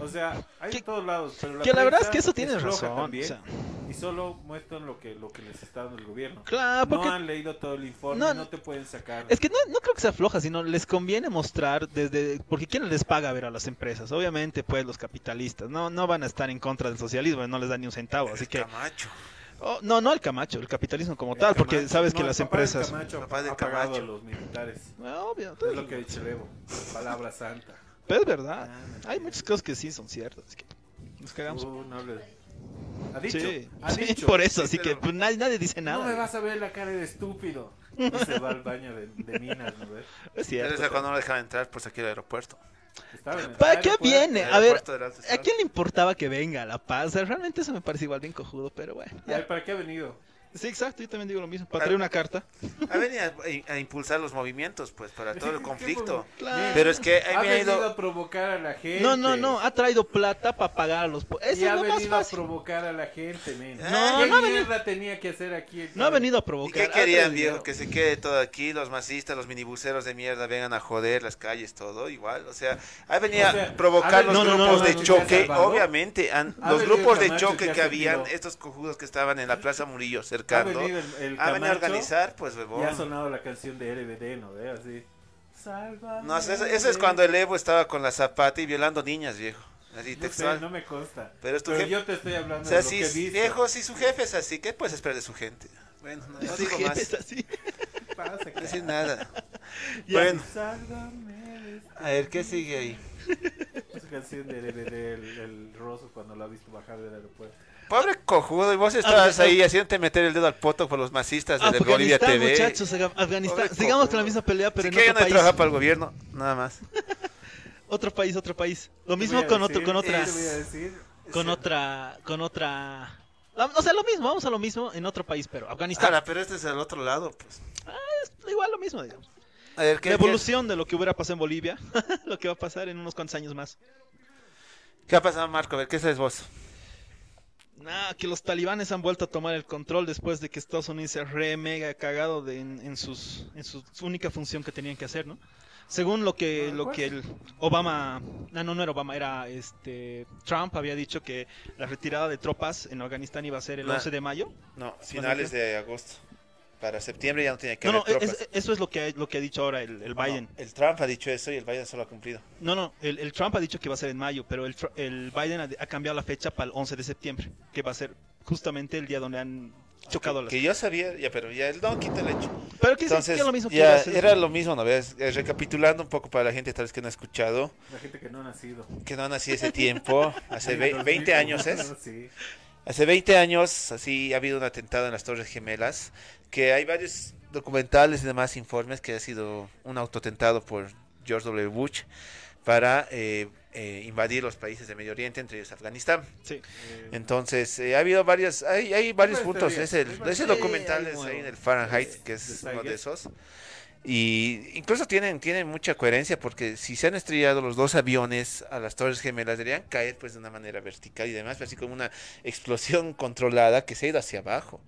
E: O sea, hay de
F: Que-
E: todos lados. Pero la
F: que la verdad es
E: prensa
F: que eso tienes
E: floja
F: razón.
E: también,
F: o sea,
E: Y solo muestran lo que, lo que les está dando el gobierno.
F: claro, porque
E: No han leído todo el informe,
F: No,
E: no, te pueden sacar.
F: es que no, no creo que sea floja, sino les conviene mostrar desde porque quién les paga a ver a las empresas. Obviamente, pues los capitalistas no no van a estar en contra del socialismo, no les dan ni un centavo, así que
D: Camacho.
F: oh, no no el Camacho, el capitalismo como
D: El
F: tal, porque
D: Camacho,
F: sabes que
E: No, el
F: las
E: papá del
F: empresas
E: Camacho
D: Papá
E: ha
D: del
E: pagado
D: Camacho.
E: a los militares.
F: Ah, obvio,
E: Es lo que ha dicho el Evo. Palabra santa.
F: pero es verdad.
E: Ah,
F: Hay muchas cosas que sí son ciertas, así que nos cagamos.
D: Oh,
E: Uh, no hables. Ha dicho.
F: Sí, *laughs*
E: ha
F: sí,
E: dicho.
F: por eso, así
D: Sí,
F: que
D: pero-
F: pues, nadie, nadie dice
E: No me
F: nada.
E: vas a ver la cara de estúpido. Y se va al baño de, de minas, ¿no ves?
F: es
D: Pero
F: cierto.
D: esa cuando no lo dejaban entrar, pues aquí al aeropuerto.
E: Estaba en el
F: ¿Para qué
E: aeropuerto.
F: viene?
D: El
F: A ver,
D: aeropuerto del Alto
F: ¿A
D: Estado.
F: quién le importaba que venga a La Paz? O sea, realmente eso me parece igual bien cojudo, pero bueno.
E: A
F: ya.
E: ver, ¿Para qué ha venido?
F: Sí, exacto, yo también digo lo mismo. Para traer una carta.
D: Ha venido a, a impulsar los movimientos, pues, para
F: *laughs*
D: todo el conflicto.
F: Claro.
D: Pero es que
E: Ha
D: ahí me ha
E: venido
D: ido...
E: a provocar a la gente.
F: No, no, no, ha traído plata para pagar a los... po- Eso
E: Y ha
F: es lo más
E: venido a
F: fácil. Eh,
E: provocar a la gente, men.
D: No,
E: ¿Qué
F: no ha venido-
E: mierda tenía que hacer aquí? el
F: No ha
E: cabrón?
F: venido a
D: ¿Y
F: provocar.
D: qué
F: ha
D: querían,
F: traído
D: viejo?
F: dinero.
D: Que se quede todo aquí, los masistas, los minibuseros de mierda vengan a joder las calles, todo igual. O sea, ha venido
E: O sea,
D: a provocar
E: ha
D: los
F: venido- no, no,
D: grupos
F: no,
D: de
F: no, no,
D: choque,
E: no, no, no.
D: obviamente. han-
E: Ha
D: los
E: venido
D: grupos de
E: Camacho,
D: choque
E: ya
D: que
E: se
D: habían,
E: olvidó.
D: estos cojudos que estaban en la Plaza Murillo,
E: Ha
D: cercando,
E: venido el, el
D: Ah, ha venido a
E: Camacho
D: organizar, pues,
E: Y ha
D: huevón.
E: sonado la canción de RBD, ¿no? ve? Así. Sálvame.
D: No, eso, eso es cuando el Evo estaba con la zapata y violando niñas, viejo. Así
E: No, sé,
D: textual.
E: no me consta.
D: Pero es tu jefe.
E: yo te estoy
D: O
E: hablando
D: sea,
E: de lo
D: si
E: que he visto.
D: viejo, si su jefe pues, es así, ¿qué puedes esperar de su gente? Bueno, no, no
F: Su
D: digo
F: jefe
D: más. *laughs*
F: *laughs* es así.
E: ¿Qué pasa,
D: No
E: cara? *laughs*
D: decir nada.
F: *laughs* Ya.
D: Bueno,
E: Sálvame. de esta-
D: a ver, ¿qué sigue ahí?
E: Esa canción de RBD, el, el Rosso, cuando lo ha visto bajar del aeropuerto.
D: Pobre cojudo, y
F: Ah,
D: vos estabas
F: Afganistán.
D: ahí haciéndote meter el dedo al poto por los masistas
F: Ah,
D: de Bolivia
F: Afganistán,
D: TV.
F: muchachos, Af- Afganistán.
D: Pobre
F: Sigamos con
D: cojudo.
F: la misma pelea, pero
D: Si
F: en
D: que yo
F: otro
D: no he
F: país.
D: trabajado para el gobierno, nada más.
F: Otro país, otro país. Lo
E: ¿Qué
F: mismo
E: voy a
F: con,
E: decir?
F: otro, con otra...
E: ¿Qué voy a decir?
F: Con otra... Con otra... la- O sea, lo mismo, vamos a lo mismo en otro país, pero Afganistán.
D: Ahora, pero este es el otro lado, pues.
F: es igual lo mismo, digamos.
D: A ver, ¿qué,
F: la
D: qué-
F: evolución de lo que hubiera pasado en Bolivia, *laughs* lo que va a pasar en unos cuantos años más.
D: qué ha pasado, Marco? A ver, ¿qué sabes vos?
F: Nah, que los talibanes han vuelto a tomar el control después de que Estados Unidos se ha re mega cagado de- en, en sus, en su su única función que tenían que hacer, ¿no? Según lo que, lo que el Obama, no, no, no era Obama, era este Trump había dicho que la retirada de tropas en Afganistán iba a ser el
D: Nah.
F: 11 de mayo.
D: No, finales de agosto. Para septiembre ya no tenía que
F: No, no,
D: haber tropas.
F: es- eso es lo que, lo que ha dicho ahora el,
D: No,
F: el
D: no,
F: Biden.
D: el Trump ha dicho eso y el Biden solo ha cumplido.
F: No, no, el, el Trump ha dicho que va a ser en mayo, pero el, Tr- el Biden ha, ha cambiado la fecha para el 11 de septiembre, que va a ser justamente el día donde han chocado las...
D: Que yo sabía, ya, pero ya el Don quita el hecho.
F: Pero que, es-
D: Entonces,
F: que es lo mismo que iba
D: ya
F: a hacer.
D: era lo mismo, ¿no ves? Eh, Recapitulando un poco para la gente tal vez que no ha escuchado,
E: La gente que no ha nacido.
D: que no nací ese
F: *laughs*
D: tiempo, hace
E: Desde
D: ve- 20 años es.
E: *laughs* Sí.
D: Hace 20 años, así, ha habido un atentado en las Torres Gemelas, que hay varios documentales y demás informes que ha sido un autotentado por George W. Bush para eh, eh, invadir los países de Medio Oriente, entre ellos Afganistán.
F: Sí.
E: Eh,
D: Entonces, eh, ha habido varias, hay, hay varios
E: Hay
D: puntos,
E: varias
D: es
E: teorías, hay
D: el,
E: varias-
D: ese
F: Sí, hay
D: documental es
F: nuevo.
D: ahí en el Fahrenheit,
E: Eh,
D: que es
E: The
D: uno de
E: Tiger.
D: esos, y incluso tienen, tienen mucha coherencia, porque si se han estrellado los dos aviones a las Torres Gemelas, deberían caer pues de una manera vertical y demás, pero así como una explosión controlada que se ha ido hacia abajo,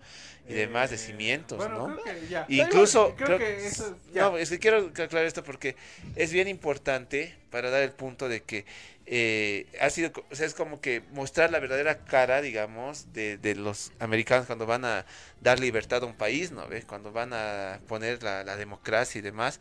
D: y demás de
E: eh,
D: cimientos,
E: bueno,
D: ¿no? E
E: creo que ya.
D: Incluso,
E: Creo, que eso ya.
D: No, es que quiero aclarar esto porque es bien importante para dar el punto de que eh, ha sido, co- o sea, es como que mostrar la verdadera cara, digamos, de, de los americanos cuando van a dar libertad a un país, ¿no? ¿Ves? Cuando van a poner la, la democracia y demás.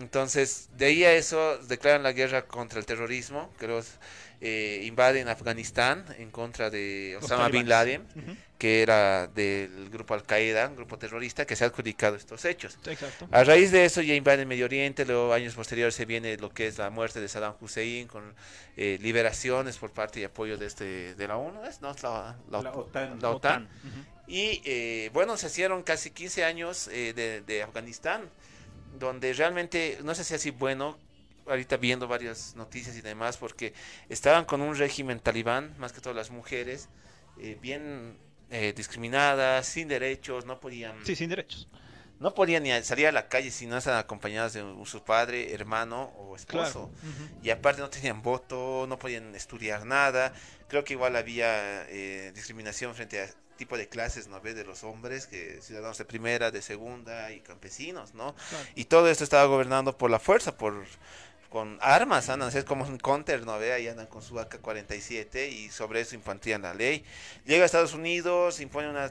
D: Entonces, de ahí a eso, declaran la guerra contra el terrorismo, que los eh, invaden Afganistán en contra de
F: Los
D: Osama Bin
F: talibanes.
D: Laden
F: Ujú.
D: que era del grupo Al Qaeda, un grupo terrorista que se ha adjudicado estos hechos.
F: Exacto.
D: A raíz de eso ya invaden Medio Oriente, luego años posteriores se viene lo que es la muerte de Saddam Hussein con eh, liberaciones por parte y apoyo de este de la ONU, ¿es? ¿no? Es la, la-
E: La OTAN.
D: la OTAN.
F: Ujú.
D: Y eh, bueno, se hicieron casi 15 años eh, de, de Afganistán, donde realmente no sé si así bueno, ahorita viendo varias noticias y demás, porque estaban con un régimen talibán, más que todas las mujeres, eh, bien eh, discriminadas, sin derechos, no podían,
F: Sí, sin derechos.
D: no podían ni a- salir a la calle si no estaban acompañadas de un- su padre, hermano o esposo.
F: Claro. Ujú.
D: Y aparte no tenían voto, no podían estudiar nada. Creo que igual había eh, discriminación frente a tipo de clases, ¿no ves? De los hombres, que ciudadanos de primera, de segunda y campesinos, ¿no?
F: Claro.
D: Y todo esto estaba gobernando por la fuerza, por con armas, andan, es como un counter, ¿no ve? Ahí andan con su AK-47 y sobre eso impartían la ley. Llega a Estados Unidos, impone una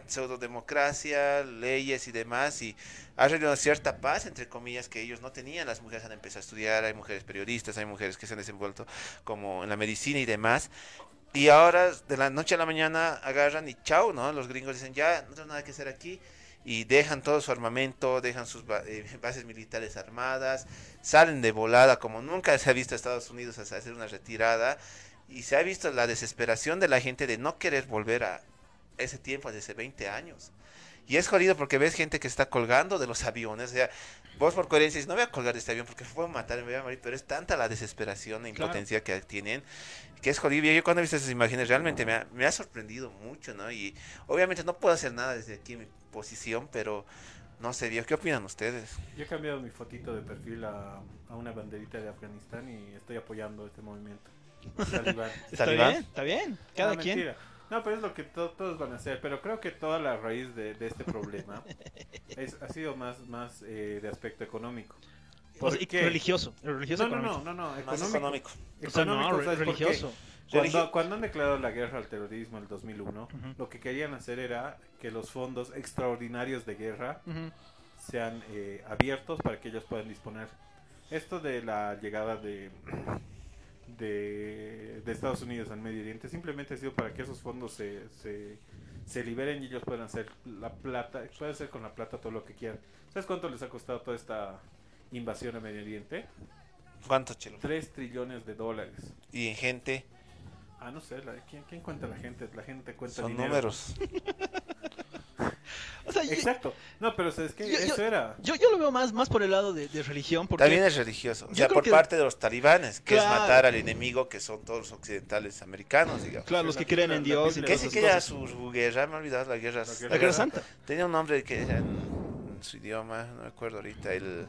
D: pseudodemocracia, leyes y demás, y ha reunido cierta paz, entre comillas, que ellos no tenían. Las mujeres han empezado a estudiar, hay mujeres periodistas, hay mujeres que se han desenvuelto como en la medicina y demás. Y ahora, de la noche a la mañana, agarran y chao, ¿no? Los gringos dicen, ya, no tengo nada que hacer aquí. Y dejan todo su armamento, dejan sus ba- eh, bases militares armadas, salen de volada, como nunca se ha visto a Estados Unidos hasta hacer una retirada. Y se ha visto la desesperación de la gente de no querer volver a ese tiempo, desde 20 años. Y es jodido porque ves gente que está colgando de los aviones. O sea, vos por coherencia dices, no voy a colgar de este avión porque me puedo matar, me voy a morir. Pero es tanta la desesperación e
F: Claro.
D: impotencia que tienen que es jodido. Y Yo cuando he visto esas imágenes realmente me ha, me ha sorprendido mucho, ¿no? Y obviamente no puedo hacer nada desde aquí en mi posición, pero no sé, viejo, ¿qué opinan ustedes?
E: Yo he cambiado mi fotito de perfil a, a una banderita de Afganistán y estoy apoyando
D: *laughs*
E: este movimiento. Talibán.
F: Está
D: ¿Talibán?
F: bien, está bien. Cada
E: No,
F: quien.
E: Ah, mentira. No, pero es lo que to- todos van a hacer. Pero creo que toda la raíz de, de este
F: *laughs*
E: problema es, ha sido más, más eh, de aspecto económico.
F: O
E: ¿Por
F: sea, y
E: qué?
F: religioso. Religioso
E: No, no,
F: económico.
E: no, no, no,
D: Más
E: económico.
D: económico.
F: O sea, no,
E: Económico,
F: re-
E: ¿sabes por qué?
F: religioso.
D: Religi-
E: Cuando, cuando han declarado la guerra al terrorismo en el 2001,
F: Ujú.
E: lo que querían hacer era que los fondos extraordinarios de guerra
F: Ujú.
E: sean eh, abiertos para que ellos puedan disponer. Esto de la llegada de, de, de Estados Unidos al Medio Oriente simplemente ha sido para que esos fondos se, se, se liberen y ellos puedan hacer la plata, pueden hacer con la plata todo lo que quieran. ¿Sabes cuánto les ha costado toda esta invasión al Medio Oriente?
D: ¿Cuánto, chelo?
E: 3 trillones de dólares.
D: Y en gente,
E: Ah, no sé, la- ¿quién, ¿quién cuenta la gente? La gente cuenta
D: son
E: dinero.
D: números.
F: O sea, yo-
E: Exacto. No, pero es que
F: Yo- yo-
E: eso era.
F: yo, yo lo veo más, más por el lado de, de religión. Porque
D: También es religioso. O
F: Yo
D: sea,
F: creo
D: por
F: que-
D: parte de los talibanes, que es
F: Claro.
D: matar al enemigo, que son todos los occidentales americanos, digamos.
F: Claro, los
E: La
F: que creen
E: Biblia-
F: en
E: la
F: Dios y
E: Biblia-
D: Que
F: todas
D: sí
F: esas
D: que era
F: cosas.
D: su su guerra, me he olvidado las guerras.
E: La
F: La Guerra Santa.
D: Tenía un nombre que era en, en su idioma, no me
F: Ah,
D: acuerdo ahorita. El...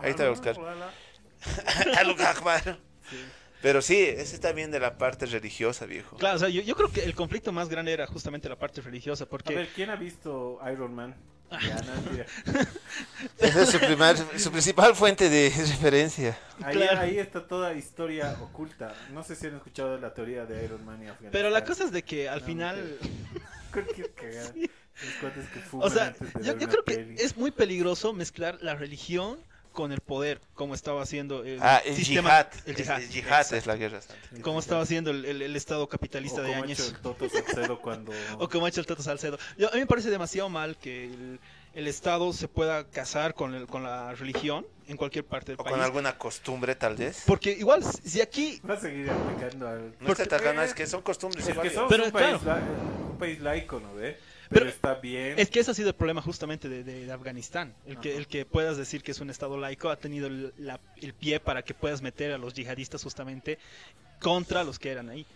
D: Ahí te voy a buscar. *laughs*
E: Ah, ojalá.
D: Al-Akbar.
E: Sí.
D: Pero sí, ese también de la parte religiosa, viejo.
F: Claro, o sea, yo, yo creo que el conflicto más grande era justamente la parte religiosa,
E: A
F: porque
E: ver, ¿quién ha visto Iron Man?
F: Ah.
E: Ya, no,
F: *laughs*
E: mentira.
G: Esa es su, primer- su principal fuente
D: *laughs*
G: de referencia.
E: Ahí,
F: Claro.
E: ahí está toda historia oculta. No sé si han escuchado de la teoría de Iron Man y Afganistán.
F: Pero la cosa es de que al
E: No,
F: final,
E: Creo que es
F: *laughs*
E: cagada. Los cuates que fuman
F: o sea,
E: antes de
F: yo,
E: ver
F: yo
E: una
F: creo que
E: peli.
F: es muy peligroso mezclar la religión con el poder, como estaba haciendo el,
G: Ah, el
F: sistema,
G: yihad.
F: el
G: El
F: yihad,
G: el yihad es
F: exacto.
G: la guerra santa.
F: como estaba haciendo el, el- el Estado capitalista
E: O
F: de
E: como ha hecho
F: años.
E: el Toto Salcedo cuando...
F: *laughs* O como ha hecho el Tato Salcedo. Yo- a mí me parece demasiado mal que el, el Estado se pueda casar con, el- con la religión en cualquier parte del
G: O
F: país.
G: con alguna costumbre, tal vez.
F: Porque igual, si aquí...
E: Va a seguir aplicando al...
D: No está atacando, es que son costumbres
E: eh, Es que
D: igual.
E: somos
F: Pero,
E: un,
F: claro.
E: país la- un país laico, ¿no ve? Pero,
F: Pero-
E: está bien.
F: Es que ese ha sido el problema justamente de, de- de Afganistán. El que,
E: Ajá.
F: el que puedas decir que es un Estado laico ha tenido el, la- el pie para que puedas meter a los yihadistas justamente contra los que eran ahí.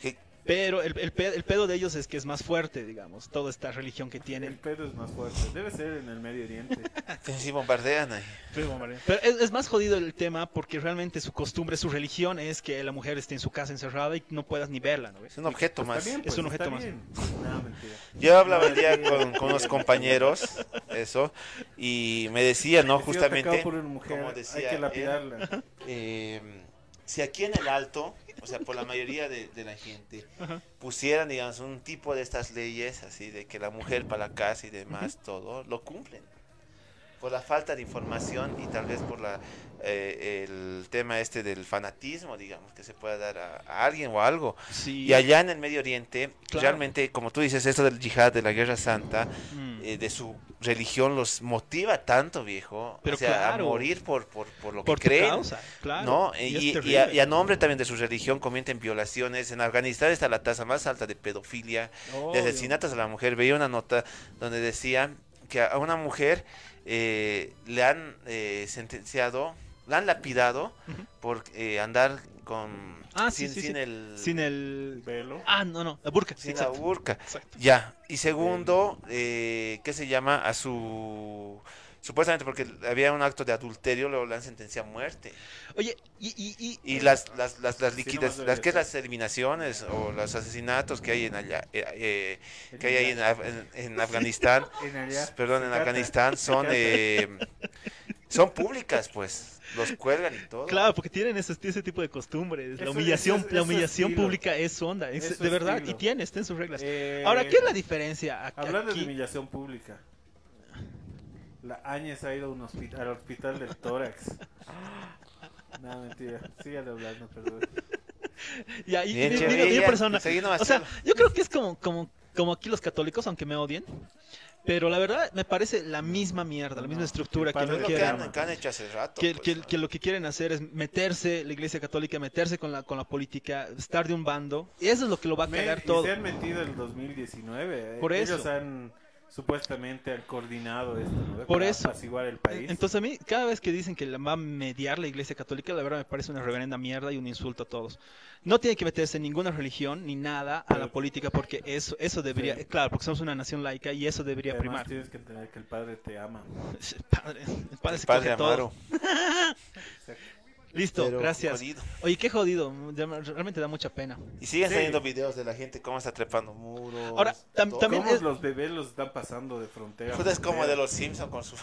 G: Que-
F: Pero el, el pe- el pedo de ellos es que es más fuerte, digamos, toda esta religión que
E: El
F: tienen.
E: pedo es más fuerte. Debe ser en el
D: *laughs*
E: Medio Oriente.
G: que sí bombardean
D: eh.
G: ahí.
D: Pues,
F: Pero es, es más jodido el tema porque realmente su costumbre, su religión es que la mujer esté en su casa encerrada y no puedas ni verla, ¿no ves?
G: Es un objeto
E: Está
G: más.
E: bien,
F: Es
E: pues,
F: un
E: está
F: objeto más.
E: bien. No, mentira.
G: Yo hablaba el día
E: *laughs*
G: con, con unos compañeros, eso, y me decía, ¿no?
E: Ha sido atacado
G: Justamente,
E: por una mujer,
G: como
E: hay
G: decía
E: que
G: él,
E: lapidarla.
D: eh, si aquí en el alto, o sea, por la mayoría de, de la gente, pusieran, digamos, un tipo de estas leyes, así, de que la mujer para la casa y demás, todo, lo cumplen. Por la falta de información y tal vez por la eh, el tema este del fanatismo, digamos, que se pueda dar a, a alguien o a algo.
F: Sí.
D: Y allá en el Medio Oriente,
F: Claro.
D: realmente, como tú dices, esto del yihad, de la guerra santa,
F: Mm.
D: eh, de su religión los motiva tanto, viejo.
F: Pero
D: o sea,
F: claro.
D: a morir por, por, por lo
F: por
D: que
F: tu
D: creen.
F: causa, claro.
D: ¿no?
F: Y es
D: Y, y a,
F: terrible.
D: y a nombre también de su religión cometen violaciones. En Afganistán está la tasa más alta de pedofilia, de
F: Obvio.
D: asesinatos a la mujer. Veía una nota donde decía que a una mujer eh, le han eh, sentenciado, la han lapidado
F: Ujú.
D: por eh, andar con
F: Ah, sí,
D: sin,
F: sí,
D: sin
F: sí.
D: el
F: Sin el...
E: Velo.
F: Ah, no, no, la burka.
D: sin la
F: exacto.
D: burka.
F: Exacto.
D: Ya, y segundo,
E: Em.
D: eh, ¿qué se llama? A su... Supuestamente porque había un acto de adulterio, luego le han sentenciado a muerte.
F: Oye, y, y, y-
D: Y las, las, las, las liquidas,
E: Sí, no, no,
D: las que
E: no.
D: las eliminaciones o los asesinatos que hay en allá, eh, eh, que hay ahí en, Af- en- en
E: *laughs*
D: Afganistán,
E: En allá.
D: perdón,
E: se
D: en
E: trata.
D: Afganistán son,
E: Cata.
D: eh, son públicas, pues, los cuelgan y todo.
F: claro, porque tienen ese, ese tipo de costumbres.
E: Eso-
F: la humillación,
E: eso es-
F: la
E: eso es
F: humillación
E: estilo.
F: pública es onda, es-
E: Eso
F: de
E: es
F: verdad,
E: estilo.
F: y tiene, está en sus reglas.
E: Eh,
F: Ahora, ¿qué es la diferencia? Ac-
E: Hablando de
F: aquí-
E: humillación pública. La Áñez ha ido a un hospi- al hospital del tórax. No, mentira. Sígale hablando, perdón.
F: ya, y-
D: Bien,
F: y-
D: chévere,
F: digo, digo
D: ya,
F: persona,
D: seguí nomás,
F: o sea,
D: Chelo.
F: yo creo que es como, como, como aquí los católicos, aunque me odien. Pero la verdad me parece la misma mierda, la
E: No,
F: misma
E: el
F: estructura que
E: padre
D: es
F: no
D: lo que
E: quiero.
D: han,
F: quieren.
D: que han hecho hace rato.
F: que,
D: pues,
F: que-
D: ¿no?
F: que lo que quieren hacer es meterse, la iglesia católica, meterse con la, con la política, estar de un bando. Y eso es lo que lo va a
E: Me-
F: cagar
E: y
F: todo.
E: Se han metido el 2019. eh.
F: Por eso.
E: Ellos han supuestamente han coordinado esto. ¿no?
F: Por
E: Para
F: eso.
E: apaciguar el país.
F: Entonces a mí, cada vez que dicen que la va a mediar la iglesia católica, la verdad me parece una reverenda mierda y un insulto a todos. No tiene que meterse ninguna religión ni nada a la
E: Pero-
F: política porque eso, eso debería,
E: Sí.
F: claro, porque somos una nación laica y eso debería
E: Además,
F: *laughs* primar.
E: tienes que entender que el padre te ama.
F: Padre, el padre se
G: Padre
F: coge todo.
G: Amaro.
F: Listo,
D: Pero
F: gracias.
D: jodido.
F: Oye, qué jodido, ya me- realmente da mucha pena.
D: Y siguen
E: Sí.
D: saliendo videos de la gente cómo está trepando muros.
F: Ahora, tam-
D: todo.
F: también-
E: ¿Cómo
F: es-
E: los bebés los están pasando de frontera? a
D: Puta, Pues es como de
E: frontera?
D: los Simpsons con su,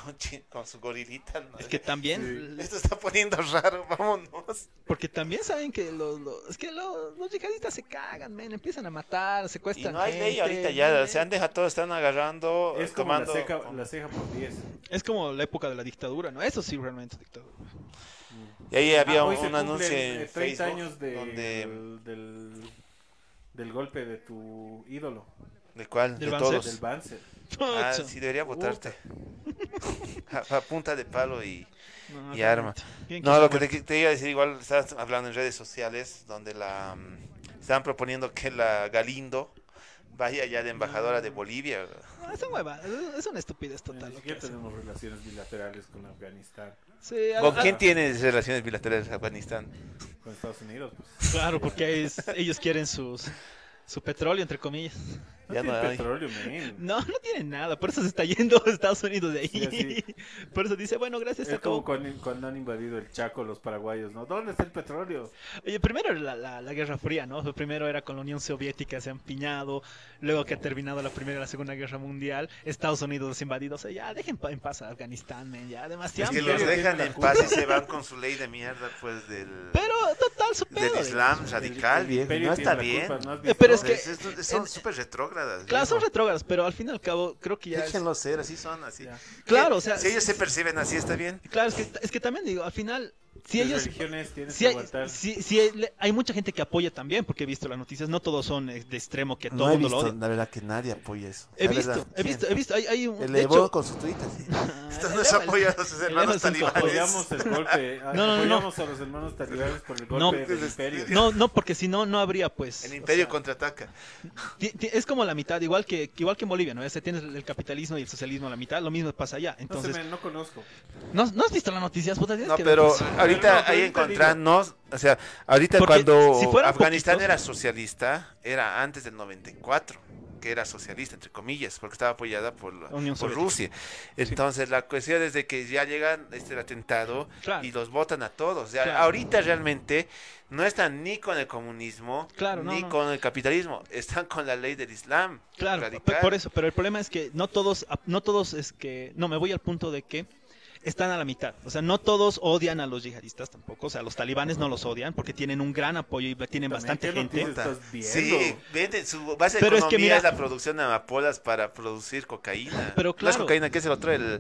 D: con su gorilita. ¿no?
F: Es que también,
D: Esto está poniendo raro, vámonos.
F: porque también saben que los, los- es que los, los yihadistas se cagan, men, empiezan a matar,
D: Y
F: secuestran
D: no hay ley
F: gente,
D: ahorita
F: men.
D: ya, se han dejado todo, están agarrando,
E: Es como
D: tomando.
E: la, ceja, la ceja por 10.
F: Es como la época de la dictadura, ¿no? Eso sí realmente es dictadura.
D: Y ahí había
E: Ah, hoy
D: un,
E: se
D: un anuncio
E: cumplen,
D: en
E: eh, 30
D: Facebook
E: años de-
D: donde
E: del, del- del golpe de tu ídolo,
D: de cuál,
F: del
D: de
F: Banzer.
D: todos.
E: del Banzer.
D: Ah,
F: Ocho.
D: sí debería votarte. *laughs* A, a punta de palo y
F: No,
D: y
F: realmente.
D: arma.
F: Bien
D: no, lo que te, te iba a decir igual estabas hablando en redes sociales donde la mm, estaban proponiendo que la Galindo vaya ya de embajadora de Bolivia.
F: No, esa Ah, hueva, es- es una estupidez
E: Ni
F: total. lo que
E: siquiera
F: hacen.
E: tenemos relaciones bilaterales con Afganistán,
F: Sí, a-
D: ¿Con
F: a-
D: quién tienes relaciones bilaterales Afganistán?
E: con Estados Unidos. pues.
F: Claro, porque es- ellos quieren sus, Su petróleo, entre comillas.
E: No
G: Ya
E: tiene
G: no hay.
E: petróleo, men.
F: No, no tiene nada. Por eso se está yendo a Estados Unidos de ahí.
E: Sí, así.
F: Por eso dice, bueno, gracias. se
E: Es como
F: acabó.
E: cuando, cuando han invadido el Chaco los paraguayos, ¿no? ¿Dónde está el petróleo?
F: Oye, primero era la, la- la Guerra Fría, ¿no? O sea, primero era con la Unión Soviética, se han piñado, luego que ha terminado la Primera y la Segunda Guerra Mundial, Estados Unidos invadidos, o sea, ya dejen pa- en paz a Afganistán, men, ya
D: Es
F: demasiado.
D: que
E: Serio,
D: los
E: tiene
D: dejan
E: la
D: en
E: culpa.
D: paz y se van con su ley de mierda, pues, del,
F: Pero total, su pedo,
D: del
F: eh.
D: Islam radical,
E: El
D: viejo.
E: imperio
D: No
E: tiene
D: está
E: la
D: bien.
E: culpa, ¿no has
F: Eh, pero
E: visto?
F: es que-
D: Es- es- son
F: en-
D: súper retrógradas.
F: Claro, son
D: viejo.
F: retrógradas, pero al fin y al cabo creo que ya... es-
D: Déjenlos ser, así son, así.
E: Ya.
F: Claro, o sea,
D: Si ellos se perciben así, está bien.
F: claro, es que, es que también digo, al final, si
E: Las
F: ellos...
E: religiones tienes
F: Si
E: que
F: hay,
E: aguantar.
F: si- si hay, le- hay mucha gente que apoya también, porque he visto las noticias, no todos son eh, de extremo que todo
D: No he
F: mundo lo
D: visto,
F: odia.
D: la verdad, que nadie apoya eso.
F: He
D: La
F: visto,
D: verdad,
F: he
D: ¿quién?
F: visto, he visto, hay, hay un...
D: El
F: de
D: Evo
F: hecho-
D: con sus tweets. así. Estos
F: *laughs*
D: no
F: Ah, el
D: se
F: Evo-
D: apoyan a sus
F: el
D: hermanos
F: Evo es un cojo.
D: talibanes.
E: Apoyamos el golpe. a-
F: *laughs* No, no, no, no.
E: apoyamos a los hermanos talibanes por el golpe
F: No.
E: del imperio.
D: este-
F: No, no, porque si no, no habría pues...
D: El
F: o
D: imperio
F: sea,
D: contraataca.
F: Ti- ti- Es como la mitad, igual que igual que en Bolivia, ¿no? O sea, tienes el capitalismo y el socialismo a la mitad, lo mismo pasa allá.
E: No, sé,
F: Entonces,
E: men, no conozco.
F: ¿no, no has visto las noticias? Puta, tienes
D: No,
F: que pues, ver
D: pero
F: eso.
E: Pero no,
D: ahorita
E: pero
D: ahí
E: ahorita
D: encontrarnos, o sea, ahorita
F: Porque
D: cuando
F: si fueran
D: Afganistán
F: poquitos-
D: era socialista, era antes del 94, que era socialista, entre comillas, porque estaba apoyada por, la-
F: Unión
D: por
F: Soviética.
D: Rusia. Entonces la cuestión es de que ya llegan este el atentado
F: Claro.
D: y los votan a todos. O sea,
F: Claro.
D: Ahorita realmente no están ni con el comunismo,
F: Claro, no,
D: ni
F: no.
D: con el capitalismo, están con la ley del Islam.
F: Claro,
D: radical.
F: pe- por eso, pero el problema es que no todos, no todos es que, no, me voy al punto de que están a la mitad, o sea, no todos odian a los yihadistas tampoco, o sea, los talibanes no los odian porque tienen un gran apoyo y
E: También,
F: tienen bastante
E: ¿qué
F: gente.
E: noticias?
D: Puta.
E: estás viendo.
D: Sí, venden su base de
F: Pero es que
D: economía es,
F: mira-
D: la producción de amapolas para producir cocaína.
F: Pero
D: No es
F: claro.
D: cocaína, que es el otro? El,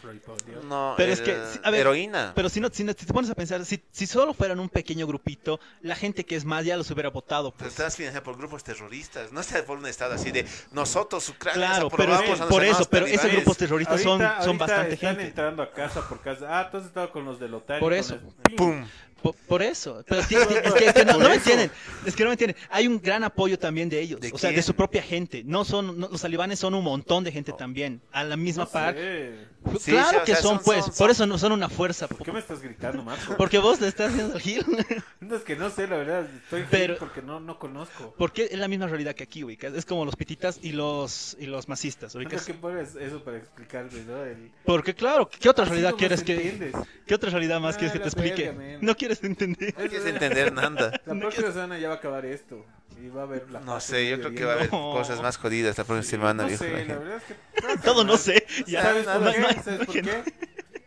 E: Pero, por Dios.
D: no,
F: Pero es
D: el-
F: que, sí, a ver,
D: heroína.
F: Pero si no, si no- si te pones a pensar, si, si solo fueran un pequeño grupito, la gente que es más ya los hubiera votado.
D: Pero estás financiado por grupos terroristas, no está por un estado así de nosotros, Ucrania,
F: Claro, pero
D: aprobamos
F: es que-
D: a los
F: por eso,
D: hermanos
F: pero esos
D: talibanes.
F: grupos terroristas son,
E: Ahorita-
F: son
E: ahorita
F: bastante
E: están
F: gente.
E: entrando a casa por casa. Ah, tú has estado con los del OTAN. y
F: Por
E: con
F: eso.
E: el- *laughs*
D: ¡Pum!
F: Po- Por, eso.
D: *laughs*
F: Pero ti- ti- es que, es que no, no me entienden. Es que no me entienden. Hay un gran apoyo también de ellos.
D: ¿De
F: o sea, de
D: quién? Oh.
F: su propia gente. No son, no- los talibanes son un montón de gente también. A la misma
E: No
F: par.
E: sé.
D: Sí,
F: claro
D: sí, o
F: que
D: sea,
F: son,
D: son-
F: pues.
D: son-
F: Por eso no son una fuerza.
E: ¿Por qué me estás gritando, Marco?
F: Porque vos le estás haciendo el gil. *laughs*
E: No, es que no sé, la verdad. Estoy
F: Pero-
E: pero... porque no, no conozco.
F: Porque es la misma realidad que aquí, ubicas. Es como los pititas y los, y los masistas,
E: No
F: ubicas.
E: que pones eso para explicarme, ¿no? El...
F: Porque claro, ¿qué otra
E: Así
F: realidad
E: nomás
F: quieres que,
E: entiendes.
F: qué otra realidad más
E: Ah,
F: quieres que
E: la
F: te explique?
E: verga, man.
F: no quieres *laughs* entender.
D: No quieres entender nada.
F: *laughs*
E: La próxima semana ya va a acabar esto. Y va a haber la
D: No
E: paz
D: sé,
E: en
D: yo
E: Medio
D: creo que va a haber
F: No.
D: cosas más jodidas la próxima semana,
E: No
D: viejo.
E: sé, la
D: imagínate.
E: verdad es que...
F: Todo no sé. Ya,
E: ¿Sabes
F: no,
E: por
F: no,
E: qué? ¿eh? ¿Sabes por
F: que no.
E: qué?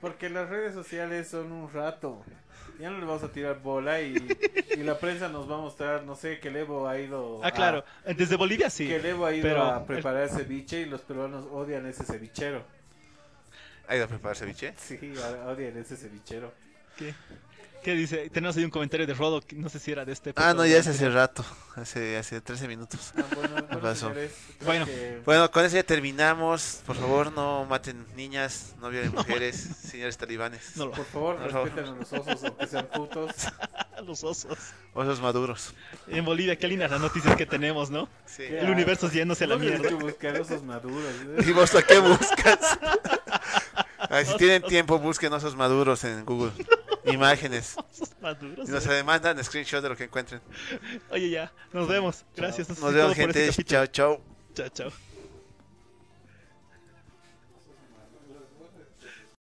E: Porque las redes sociales son un rato. Ya no le vamos a tirar bola y, y la prensa nos va a mostrar, no sé, que el Evo ha ido
F: Ah, claro. Desde Bolivia
E: a,
F: sí.
E: que el Evo ha ido
F: pero el-
E: a preparar ceviche y los peruanos odian ese cevichero.
D: ¿Ha ido a preparar ceviche?
E: Sí, a- odian ese cevichero.
F: ¿Qué? ¿Qué dice? Tenemos ahí un comentario de Rodo, que no sé si era de este.
D: Ah,
F: pero-
D: no, ya es hace rato, hace, hace 13 minutos.
E: Ah, bueno, bueno,
D: pasó.
E: señores, creo
F: Bueno.
E: que-
D: Bueno, con eso ya terminamos. Por favor, no maten niñas, no
F: *laughs*
D: violen mujeres, señores talibanes.
F: No lo *laughs*
E: por favor,
D: Por favor.
E: respeten a los osos, aunque sean putos.
F: los osos.
D: Osos maduros.
F: En Bolivia, qué lindas las noticias que tenemos, ¿no?
D: Sí.
E: ¿Qué?
F: El universo yéndose a la
E: No tienes
F: mierda.
E: que buscar osos maduros. ¿eh?
D: *laughs* ¿Y vos a qué
F: *laughs*
D: buscas? Ay, si tienen tiempo, busquen osos maduros en
F: *laughs*
D: Google. Imágenes.
F: Osos maduros.
D: Y nos además dan screenshot de lo que encuentren.
F: Oye, ya. Nos vemos. Gracias. Eso
D: Nos
F: es
D: vemos,
F: todo por este
D: gente.
F: capítulo.
D: Chao, chao.
F: Chao, chao.